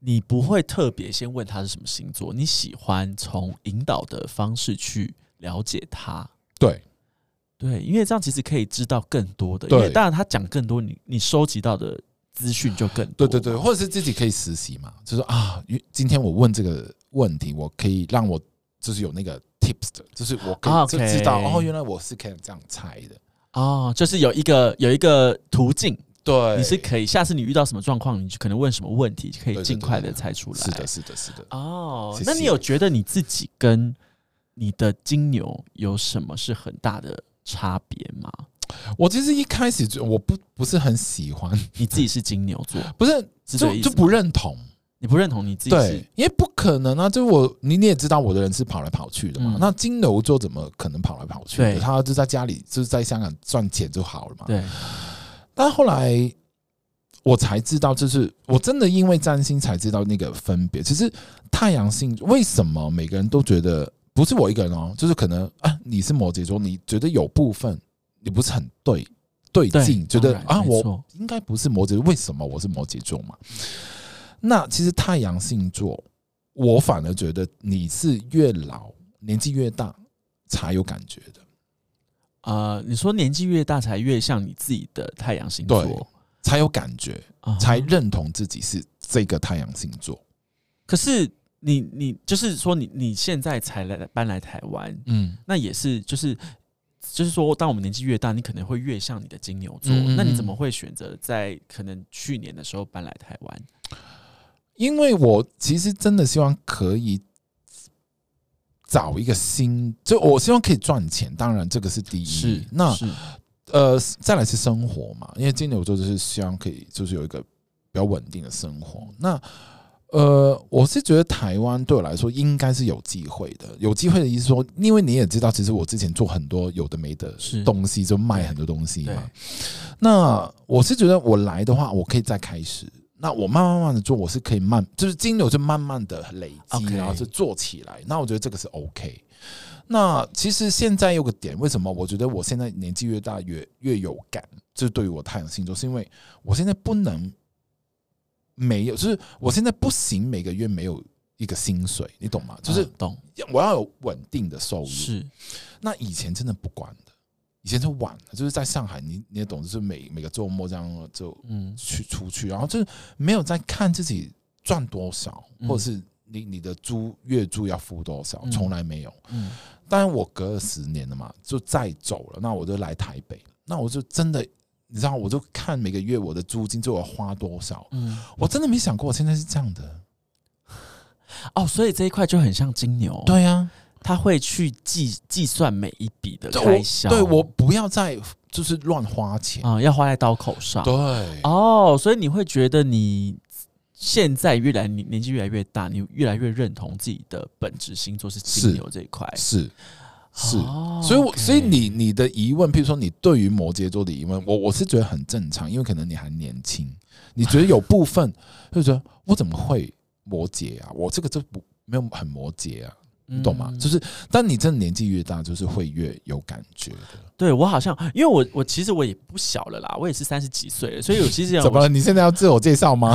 Speaker 2: 你不会特别先问他是什么星座，你喜欢从引导的方式去了解他。
Speaker 1: 对
Speaker 2: 对，因为这样其实可以知道更多的，因为
Speaker 1: 对
Speaker 2: 当然他讲更多，你你收集到的资讯就更
Speaker 1: 对
Speaker 2: 多。
Speaker 1: 对对，哦或者是自己可以实习嘛，就是啊，因为今天我问这个问题，我可以让我就是有那个 tips 的，就是我可以就
Speaker 2: OK
Speaker 1: 知道哦，原来我是可以这样猜的。
Speaker 2: 哦，就是有一个有一个途径，
Speaker 1: 对
Speaker 2: 你是可以下次你遇到什么状况，你就可能问什么问题，可
Speaker 1: 对
Speaker 2: 以
Speaker 1: 对
Speaker 2: 尽快
Speaker 1: 对
Speaker 2: 的猜出来。
Speaker 1: 是的，是的，是的。
Speaker 2: 哦，
Speaker 1: 谢谢
Speaker 2: 那你有觉得你自己跟你的金牛有什么是很大的差别吗？
Speaker 1: 我其实一开始就我不不是很喜欢，
Speaker 2: 你自己是金牛 座，
Speaker 1: 不是
Speaker 2: 是这个
Speaker 1: 就
Speaker 2: 意
Speaker 1: 就
Speaker 2: 思吗
Speaker 1: 不认同。
Speaker 2: 你不认同你自己是
Speaker 1: 对，因为不可能啊！就我你你也知道，我的人是跑来跑去的嘛。
Speaker 2: 嗯
Speaker 1: 那金牛座怎么可能跑来跑去的？
Speaker 2: 对
Speaker 1: 他就在家里，就是在香港赚钱就好了嘛。
Speaker 2: 对
Speaker 1: 但后来我才知道，就是我真的因为占星才知道那个分别。其实太阳星为什么每个人都觉得不是我一个人哦，就是可能啊，你是摩羯座，你觉得有部分你不是很对对
Speaker 2: 对
Speaker 1: 劲，觉得
Speaker 2: 当然
Speaker 1: 啊，
Speaker 2: 没
Speaker 1: 我
Speaker 2: 错
Speaker 1: 应该不是摩羯，为什么我是摩羯座嘛？那其实太阳星座，我反而觉得你是越老年纪越大才有感觉的。
Speaker 2: 呃，你说年纪越大才越像你自己的太阳星
Speaker 1: 对
Speaker 2: 座，
Speaker 1: 才有感觉，
Speaker 2: 啊哈
Speaker 1: 才认同自己是这个太阳星座。
Speaker 2: 可是你你就是说你你现在才来搬来台湾，
Speaker 1: 嗯，
Speaker 2: 那也是就是。就是说，当我们年纪越大，你可能会越像你的金牛座。
Speaker 1: 嗯嗯嗯
Speaker 2: 那你怎么会选择在可能去年的时候搬来台湾？
Speaker 1: 因为我其实真的希望可以找一个新，就我希望可以赚钱，当然这个是第一。那
Speaker 2: 是
Speaker 1: 呃，再来是生活嘛，因为金牛座就是希望可以就是有一个比较稳定的生活。那呃，我是觉得台湾对我来说应该是有机会的。有机会的意思说，因为你也知道，其实我之前做很多有的没的
Speaker 2: 是
Speaker 1: 东西，就卖很多东西
Speaker 2: 对
Speaker 1: 嘛。那我是觉得我来的话，我可以再开始。那我慢慢慢的做，我是可以慢，就是金牛就慢慢的累积
Speaker 2: OK
Speaker 1: 然后就做起来。那我觉得这个是 OK。那其实现在有个点，为什么我觉得我现在年纪越大越越有感，就是对于我太阳星座，是因为我现在不能没有，就是我现在不行，每个月没有一个薪水，你懂吗？就是哦
Speaker 2: 嗯懂
Speaker 1: 我要有稳定的收入。
Speaker 2: 是
Speaker 1: 那以前真的不管的，以前是晚的，就是在上海，你你也懂，就是每每个周末这样就
Speaker 2: 嗯
Speaker 1: 去出去，然后就是没有在看自己赚多少，
Speaker 2: 嗯
Speaker 1: 或者是你你的租月租要付多少，
Speaker 2: 嗯
Speaker 1: 从来没有。
Speaker 2: 嗯
Speaker 1: 当然我隔了十年了嘛，就再走了，那我就来台北，那我就真的。你知道，我就看每个月我的租金就要花多少，
Speaker 2: 嗯
Speaker 1: 我真的没想过我现在是这样的。
Speaker 2: 哦，所以这一块就很像金牛，，
Speaker 1: 对呀、
Speaker 2: 他会去计计算每一笔的
Speaker 1: 对
Speaker 2: 开销，
Speaker 1: 我对我不要再就是乱花钱。
Speaker 2: 啊、要花在刀口上。
Speaker 1: 对，
Speaker 2: 哦，所以你会觉得你现在越来你年纪越来越大，你越来越认同自己的本质星座是金
Speaker 1: 是
Speaker 2: 牛这一块，
Speaker 1: 是是，
Speaker 2: 哦
Speaker 1: 所以我
Speaker 2: OK
Speaker 1: 所以你你的疑问，譬如说你对于摩羯座的疑问，我我是觉得很正常，因为可能你还年轻，你觉得有部分 就觉得我怎么会摩羯啊？我这个就不没有很摩羯啊，你懂吗？
Speaker 2: 嗯
Speaker 1: 就是当你真的年纪越大，就是会越有感觉的。
Speaker 2: 对我好像，因为我我其实我也不小了啦，我也是三十几岁了，所以我其实
Speaker 1: 怎么了？你现在要自我介绍吗？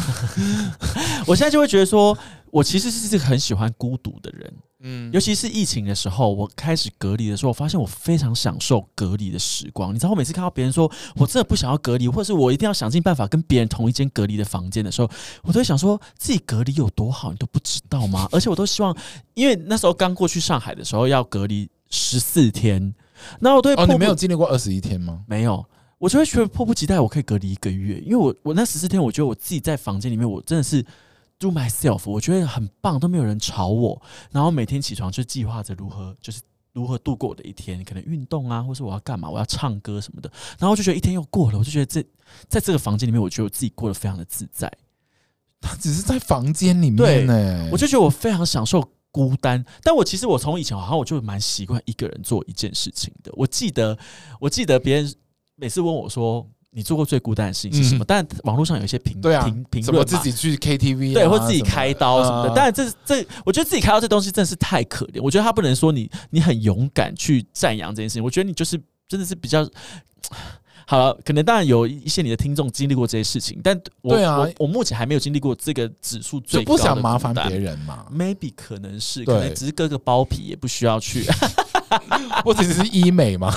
Speaker 2: 我现在就会觉得说，我其实是一个很喜欢孤独的人。
Speaker 1: 嗯
Speaker 2: 尤其是疫情的时候，我开始隔离的时候，我发现我非常享受隔离的时光。你知道，我每次看到别人说我真的不想要隔离，或是我一定要想尽办法跟别人同一间隔离的房间的时候，我都会想说自己隔离有多好，你都不知道吗？而且我都希望，因为那时候刚过去上海的时候要隔离十四天，那我对
Speaker 1: 哦，你没有经历过二十一天吗？
Speaker 2: 没有，我就会觉得迫不及待，我可以隔离一个月，因为我我那十四天，我觉得我自己在房间里面，我真的是 do myself，我觉得很棒，都没有人吵我，然后每天起床就计划着如何就是。如何度过我的一天，可能运动啊，或是我要干嘛，我要唱歌什么的。然后我就觉得一天又过了，我就觉得这在这个房间里面，我觉得我自己过得非常的自在，
Speaker 1: 他只是在房间里
Speaker 2: 对
Speaker 1: 面呢，
Speaker 2: 我就觉得我非常享受孤单。但我其实我从以前好像我就蛮习惯一个人做一件事情的。我记得，我记得别人每次问我说。你做过最孤单的事情是什么？
Speaker 1: 嗯
Speaker 2: 但网络上有一些评
Speaker 1: 对啊
Speaker 2: 评评
Speaker 1: 什么
Speaker 2: 论
Speaker 1: 自
Speaker 2: 嘛
Speaker 1: 己去 KTV，啊
Speaker 2: 对，或自己开刀什么的。
Speaker 1: 啊
Speaker 2: 当然这，是这我觉得自己开刀这东西真的是太可怜。我觉得他不能说你你很勇敢去赞扬这件事情。我觉得你就是真的是比较好了。可能当然有一些你的听众经历过这些事情，但我
Speaker 1: 对啊
Speaker 2: 我我目前还没有经历过这个指数
Speaker 1: 就
Speaker 2: 最高
Speaker 1: 不
Speaker 2: 的
Speaker 1: 想麻烦
Speaker 2: 孤单。
Speaker 1: 别。人嘛
Speaker 2: Maybe 可能是，
Speaker 1: 对
Speaker 2: 可能只是割个包皮，也不需要去
Speaker 1: 我只是医美嘛，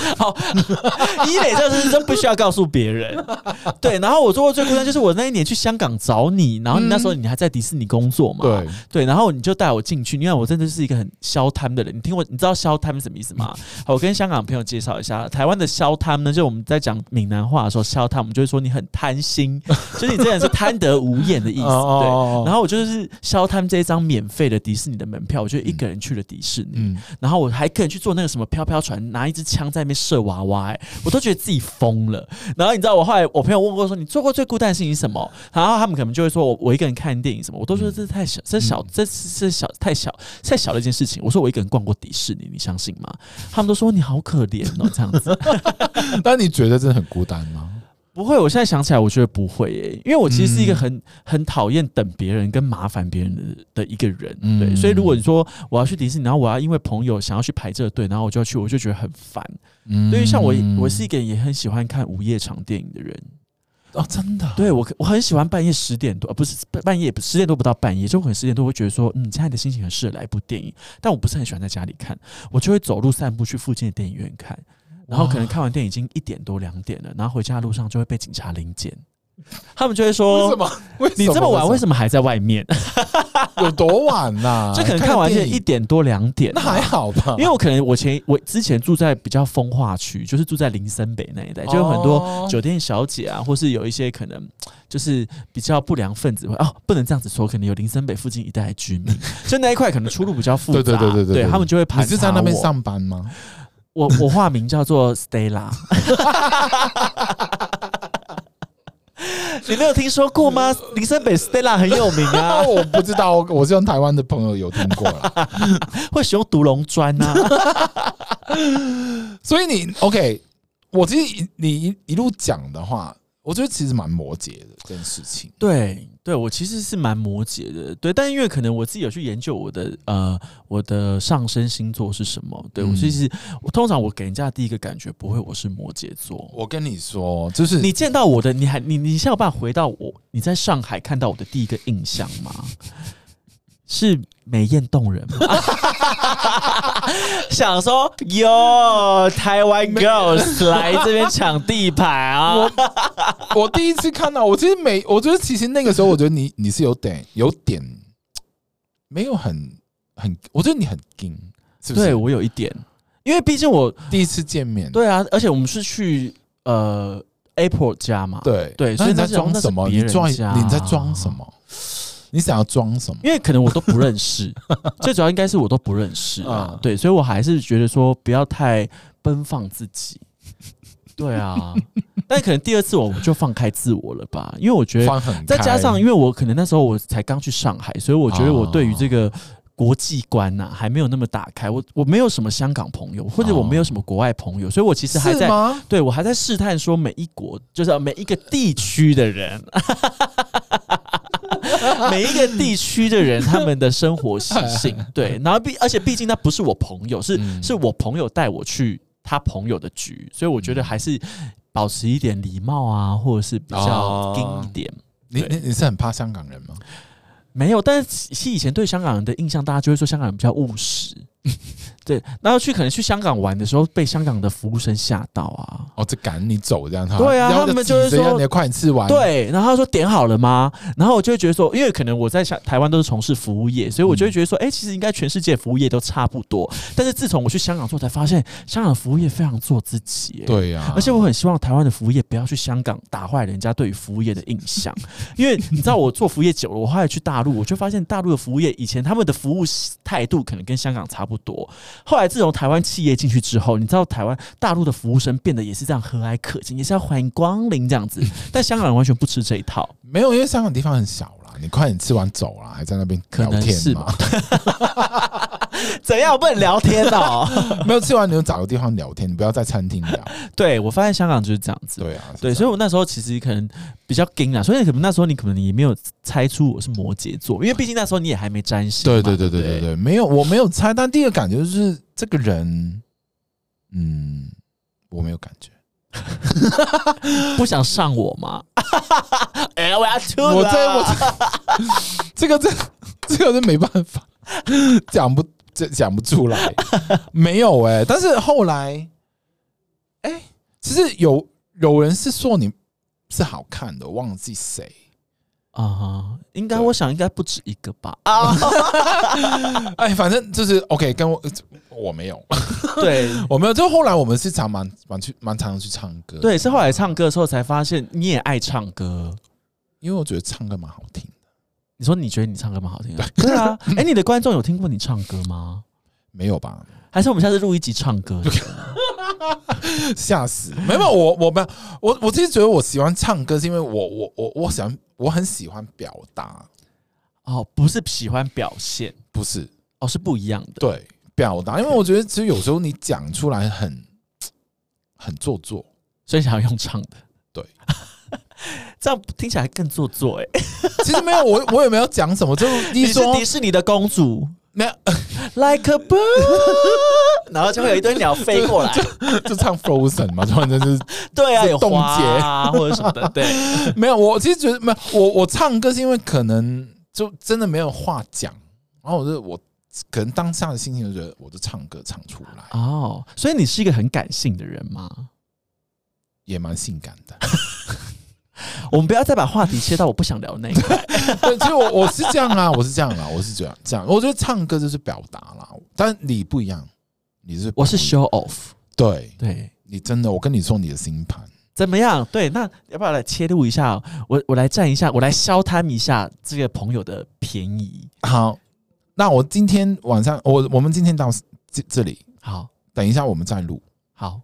Speaker 2: 医美，这是真不需要告诉别人。 对，然后我做过最孤单就是我那一年去香港找你，然后你那时候你还在迪士尼工作嘛，
Speaker 1: 对，
Speaker 2: 对，然后你就带我进去，因为我真的是一个很消摊的人。你听我，你知道消摊是什么意思 吗？好，我跟香港朋友介绍一下，台湾的消摊呢，就我们在讲闽南话的时候，消摊我们就会说你很 贪心，就是你这个人是贪得无厌
Speaker 1: 哦
Speaker 2: 的意思。对。然
Speaker 1: 后
Speaker 2: 后我就是消摊这一张免费的迪士尼的门票，我就一个人去了迪士尼，
Speaker 1: 嗯，
Speaker 2: 然后我还可以去做那个什么飘飘船，拿一支枪在那边射娃娃、欸，我都觉得自己疯了。然后你知道，我后来我朋友问过说，你做过最孤单的事情是什么？然后他们可能就会说我我一个人看电影什么，我都说这是太小，这小这是这是小太小太小的一件事情。我说我一个人逛过迪士尼，你相信吗？他们都说你好可怜哦，这样子。
Speaker 1: 但你觉得真的很孤单吗？
Speaker 2: 不会，我现在想起来，我觉得不会耶、因为我其实是一个很、很讨厌等别人跟麻烦别人的的一个人，
Speaker 1: 嗯
Speaker 2: 对，所以如果你说我要去迪士尼，然后我要因为朋友想要去排这个队，然后我就要去，我就觉得很烦。
Speaker 1: 嗯，
Speaker 2: 对于像我，我是一个也很喜欢看午夜场电影的人。
Speaker 1: 哦，真的，
Speaker 2: 对我，我很喜欢半夜十点多，呃不是半半夜十点多不到半夜，就可能十点多会觉得说，嗯，现在的心情很适合来一部电影，但我不是很喜欢在家里看，我就会走路散步去附近的电影院看，然后可能看完电影已经一点多两点了，然后回家的路上就会被警察临检，他们就会
Speaker 1: 为什
Speaker 2: 说。
Speaker 1: 么？为什
Speaker 2: 你这么晚为
Speaker 1: 什
Speaker 2: 什么还在外面？
Speaker 1: 么有多晚呐？
Speaker 2: 就可能啊看完
Speaker 1: 电
Speaker 2: 电影
Speaker 1: 影
Speaker 2: 一点多两点、
Speaker 1: 那还好吧，
Speaker 2: 因为我可能我前我之前住在比较风化区，就是住在林森北那一带，就有很
Speaker 1: 哦
Speaker 2: 多酒店小姐啊，或是有一些可能就是比较不良分子会哦，不能这样子说，可能有林森北附近一带的居民，就那一块可能出入比较复杂，
Speaker 1: 对对对对对，
Speaker 2: 他们就会盘
Speaker 1: 你是在那边
Speaker 2: 查我
Speaker 1: 上班吗？
Speaker 2: 我我化名叫做 Stella。你没有听说过吗？林森北 Stella 很有名啊
Speaker 1: 啊，，我不知道，我是用台湾的朋友有听过 啦。
Speaker 2: 会使用独龙砖啊。
Speaker 1: 所以你 OK，我其实你你一一路讲的话，我觉得其实蛮摩羯的这件事情。
Speaker 2: 对，对我其实是蛮摩羯的，对，但因为可能我自己有去研究我的呃我的上升星座是什么，对我
Speaker 1: 嗯
Speaker 2: 其实我通常我给人家的第一个感觉不会我是摩羯座，
Speaker 1: 我跟你说，就是
Speaker 2: 你见到我的你还你你现在有办法回到我你在上海看到我的第一个印象吗？是美艳动人吗？ 想说哟，台湾 girls 来这边抢地盘啊！
Speaker 1: 我第一次看到，我其实没，我觉得其实那个时候，我觉得你你是有点有点没有很很，我觉得你很硬，是不是？
Speaker 2: 对我有一点，因为毕竟我
Speaker 1: 第一次见面，
Speaker 2: 对啊，而且我们是去呃 Apple 家嘛，
Speaker 1: 对
Speaker 2: 对
Speaker 1: 那
Speaker 2: 所以
Speaker 1: 你在
Speaker 2: 那是
Speaker 1: 装什么？
Speaker 2: 那是别
Speaker 1: 你
Speaker 2: 人
Speaker 1: 装
Speaker 2: 家
Speaker 1: 你在装什么？你想要装什么？
Speaker 2: 因为可能我都不 认识，最主要应该是我都不认识啊
Speaker 1: 嗯，
Speaker 2: 对，所以我还是觉得说不要太奔放自己，对啊，但可能第二次我就放开自我了吧，因为我觉得
Speaker 1: 放很开
Speaker 2: 再加上因为我可能那时候我才刚去上海，所以我觉得我对于这个。
Speaker 1: 啊
Speaker 2: 国际观呐、还没有那么打开，我我没有什么香港朋友，或者我没有什么国外朋友，所以我其实还
Speaker 1: 啊是
Speaker 2: 在
Speaker 1: 吗？
Speaker 2: 对我还在试探说每一国，就是每一个地区的人， 每一个地区的人他们的生活习 性，对，然后毕而且毕竟那不是我朋友，是、
Speaker 1: 嗯
Speaker 2: 是我朋友带我去他朋友的局，所以我觉得还是保持一点礼貌啊，或者是比较
Speaker 1: 哦
Speaker 2: 硬一点。
Speaker 1: 你你
Speaker 2: 对
Speaker 1: 你是很怕香港人吗？
Speaker 2: 没有，但是其实以前对香港人的印象，大家就会说香港人比较务实。对，然后去可能去香港玩的时候，被香港的服务生吓到啊。
Speaker 1: 哦，就赶你走这样，他
Speaker 2: 对啊
Speaker 1: 要
Speaker 2: 他们就会
Speaker 1: 急着要
Speaker 2: 说
Speaker 1: 你快点吃完，，
Speaker 2: 对，然后他说点好了吗？然后我就会觉得说，因为可能我在想台湾都是从事服务业，所以我就会觉得说，哎、其实应该全世界服务业都差不多。但是自从我去香港之后，才发现香港服务业非常做自己、哎
Speaker 1: 对啊呀，
Speaker 2: 而且我很希望台湾的服务业不要去香港打坏人家对于服务业的印象，因为你知道我做服务业久了，我后来去大陆，我就发现大陆的服务业以前他们的服务态度可能跟香港差不多，后来自从台湾企业进去之后，你知道台湾大陆的服务生变得也是这样和蔼可亲，也是要欢迎光临这样子。但香港人完全不吃这一套，
Speaker 1: 没有，因为香港地方很小啦，你快点吃完走啦，还在那边
Speaker 2: 可
Speaker 1: 聊
Speaker 2: 能是
Speaker 1: 天
Speaker 2: 吧
Speaker 1: 嘛？
Speaker 2: 怎样不能聊天哦？
Speaker 1: 没有吃完你就找个地方聊天，你不要在餐厅聊。
Speaker 2: 对我发现香港就是这样子。
Speaker 1: 对啊，
Speaker 2: 对，
Speaker 1: 是
Speaker 2: 所以我那时候其实可能比较惊啊，所以可能那时候你可能也没有猜出我是摩羯座，因为毕竟那时候你也还没占星嘛。
Speaker 1: 对对对对对
Speaker 2: 不
Speaker 1: 对，没有，我没有猜，但第一个感觉就是这个人，嗯，我没有感觉，
Speaker 2: 不想上我吗？ 哎、我要出了
Speaker 1: 我这我 这这个这这个是没办法讲不这讲不出 来，没有哎、但是后来，哎、其实有有人是说你是好看的，我忘记谁，
Speaker 2: 啊哈、应该
Speaker 1: 对
Speaker 2: 我想应该不止一个吧？啊，
Speaker 1: 哎、反正就是 OK，跟我我没有，
Speaker 2: 对
Speaker 1: 我没有，就后来我们是常蛮蛮去蛮常去唱歌，
Speaker 2: 对，是后来唱歌的时候才发现你也爱唱歌。
Speaker 1: 因为我觉得唱歌蛮好听。
Speaker 2: 你说你觉得你唱歌蛮好听的，对 啊。哎、你的观众有听过你唱歌吗？
Speaker 1: 没有吧？
Speaker 2: 还是我们下次录一集唱 歌的？
Speaker 1: 吓死！没有，没有我我们我我其实觉得我喜欢唱歌，是因为我我我我想我很喜欢表达，
Speaker 2: 哦，不是喜欢表现，
Speaker 1: 不是
Speaker 2: 哦，是不一样的。
Speaker 1: 对表达，因为我觉得其实有时候你讲出来很很做作，
Speaker 2: 所以想要用唱的。
Speaker 1: 对，
Speaker 2: 这样听起来更做作哎、
Speaker 1: 其实没有我我也没有讲什么，就
Speaker 2: 你
Speaker 1: 你
Speaker 2: 是
Speaker 1: 说
Speaker 2: 迪士尼的公主
Speaker 1: 没有
Speaker 2: ，like a bird，然 后就会有一堆鸟飞过 来。
Speaker 1: 就唱 Frozen 嘛，突然间就是
Speaker 2: 对啊，
Speaker 1: 是
Speaker 2: 有
Speaker 1: 冻
Speaker 2: 花啊或者什么的。对，
Speaker 1: 没有，我其实觉得没有，我我唱歌是因为可能就真的没有话讲，然后我就我可能当下的心情就觉得我就唱歌唱出来，
Speaker 2: 哦，所以你是一个很感性的人吗？
Speaker 1: 也蛮性感的。
Speaker 2: 我们不要再把话题切到我不想聊那一 块。
Speaker 1: 对，其实我我是这样啊，我是这样啊，我是这样这样。我觉得唱歌就是表达啦，但你不一样，你是
Speaker 2: 我是 show off，
Speaker 1: 对
Speaker 2: 对，
Speaker 1: 你真的，我跟你说你的星盘，
Speaker 2: 怎么样？对，那要不要来切入一下？我我来占一下，我来消摊一下这个朋友的便宜。
Speaker 1: 好，那我今天晚上我我们今天到这这里，
Speaker 2: 好，
Speaker 1: 等一下我们再录，
Speaker 2: 好，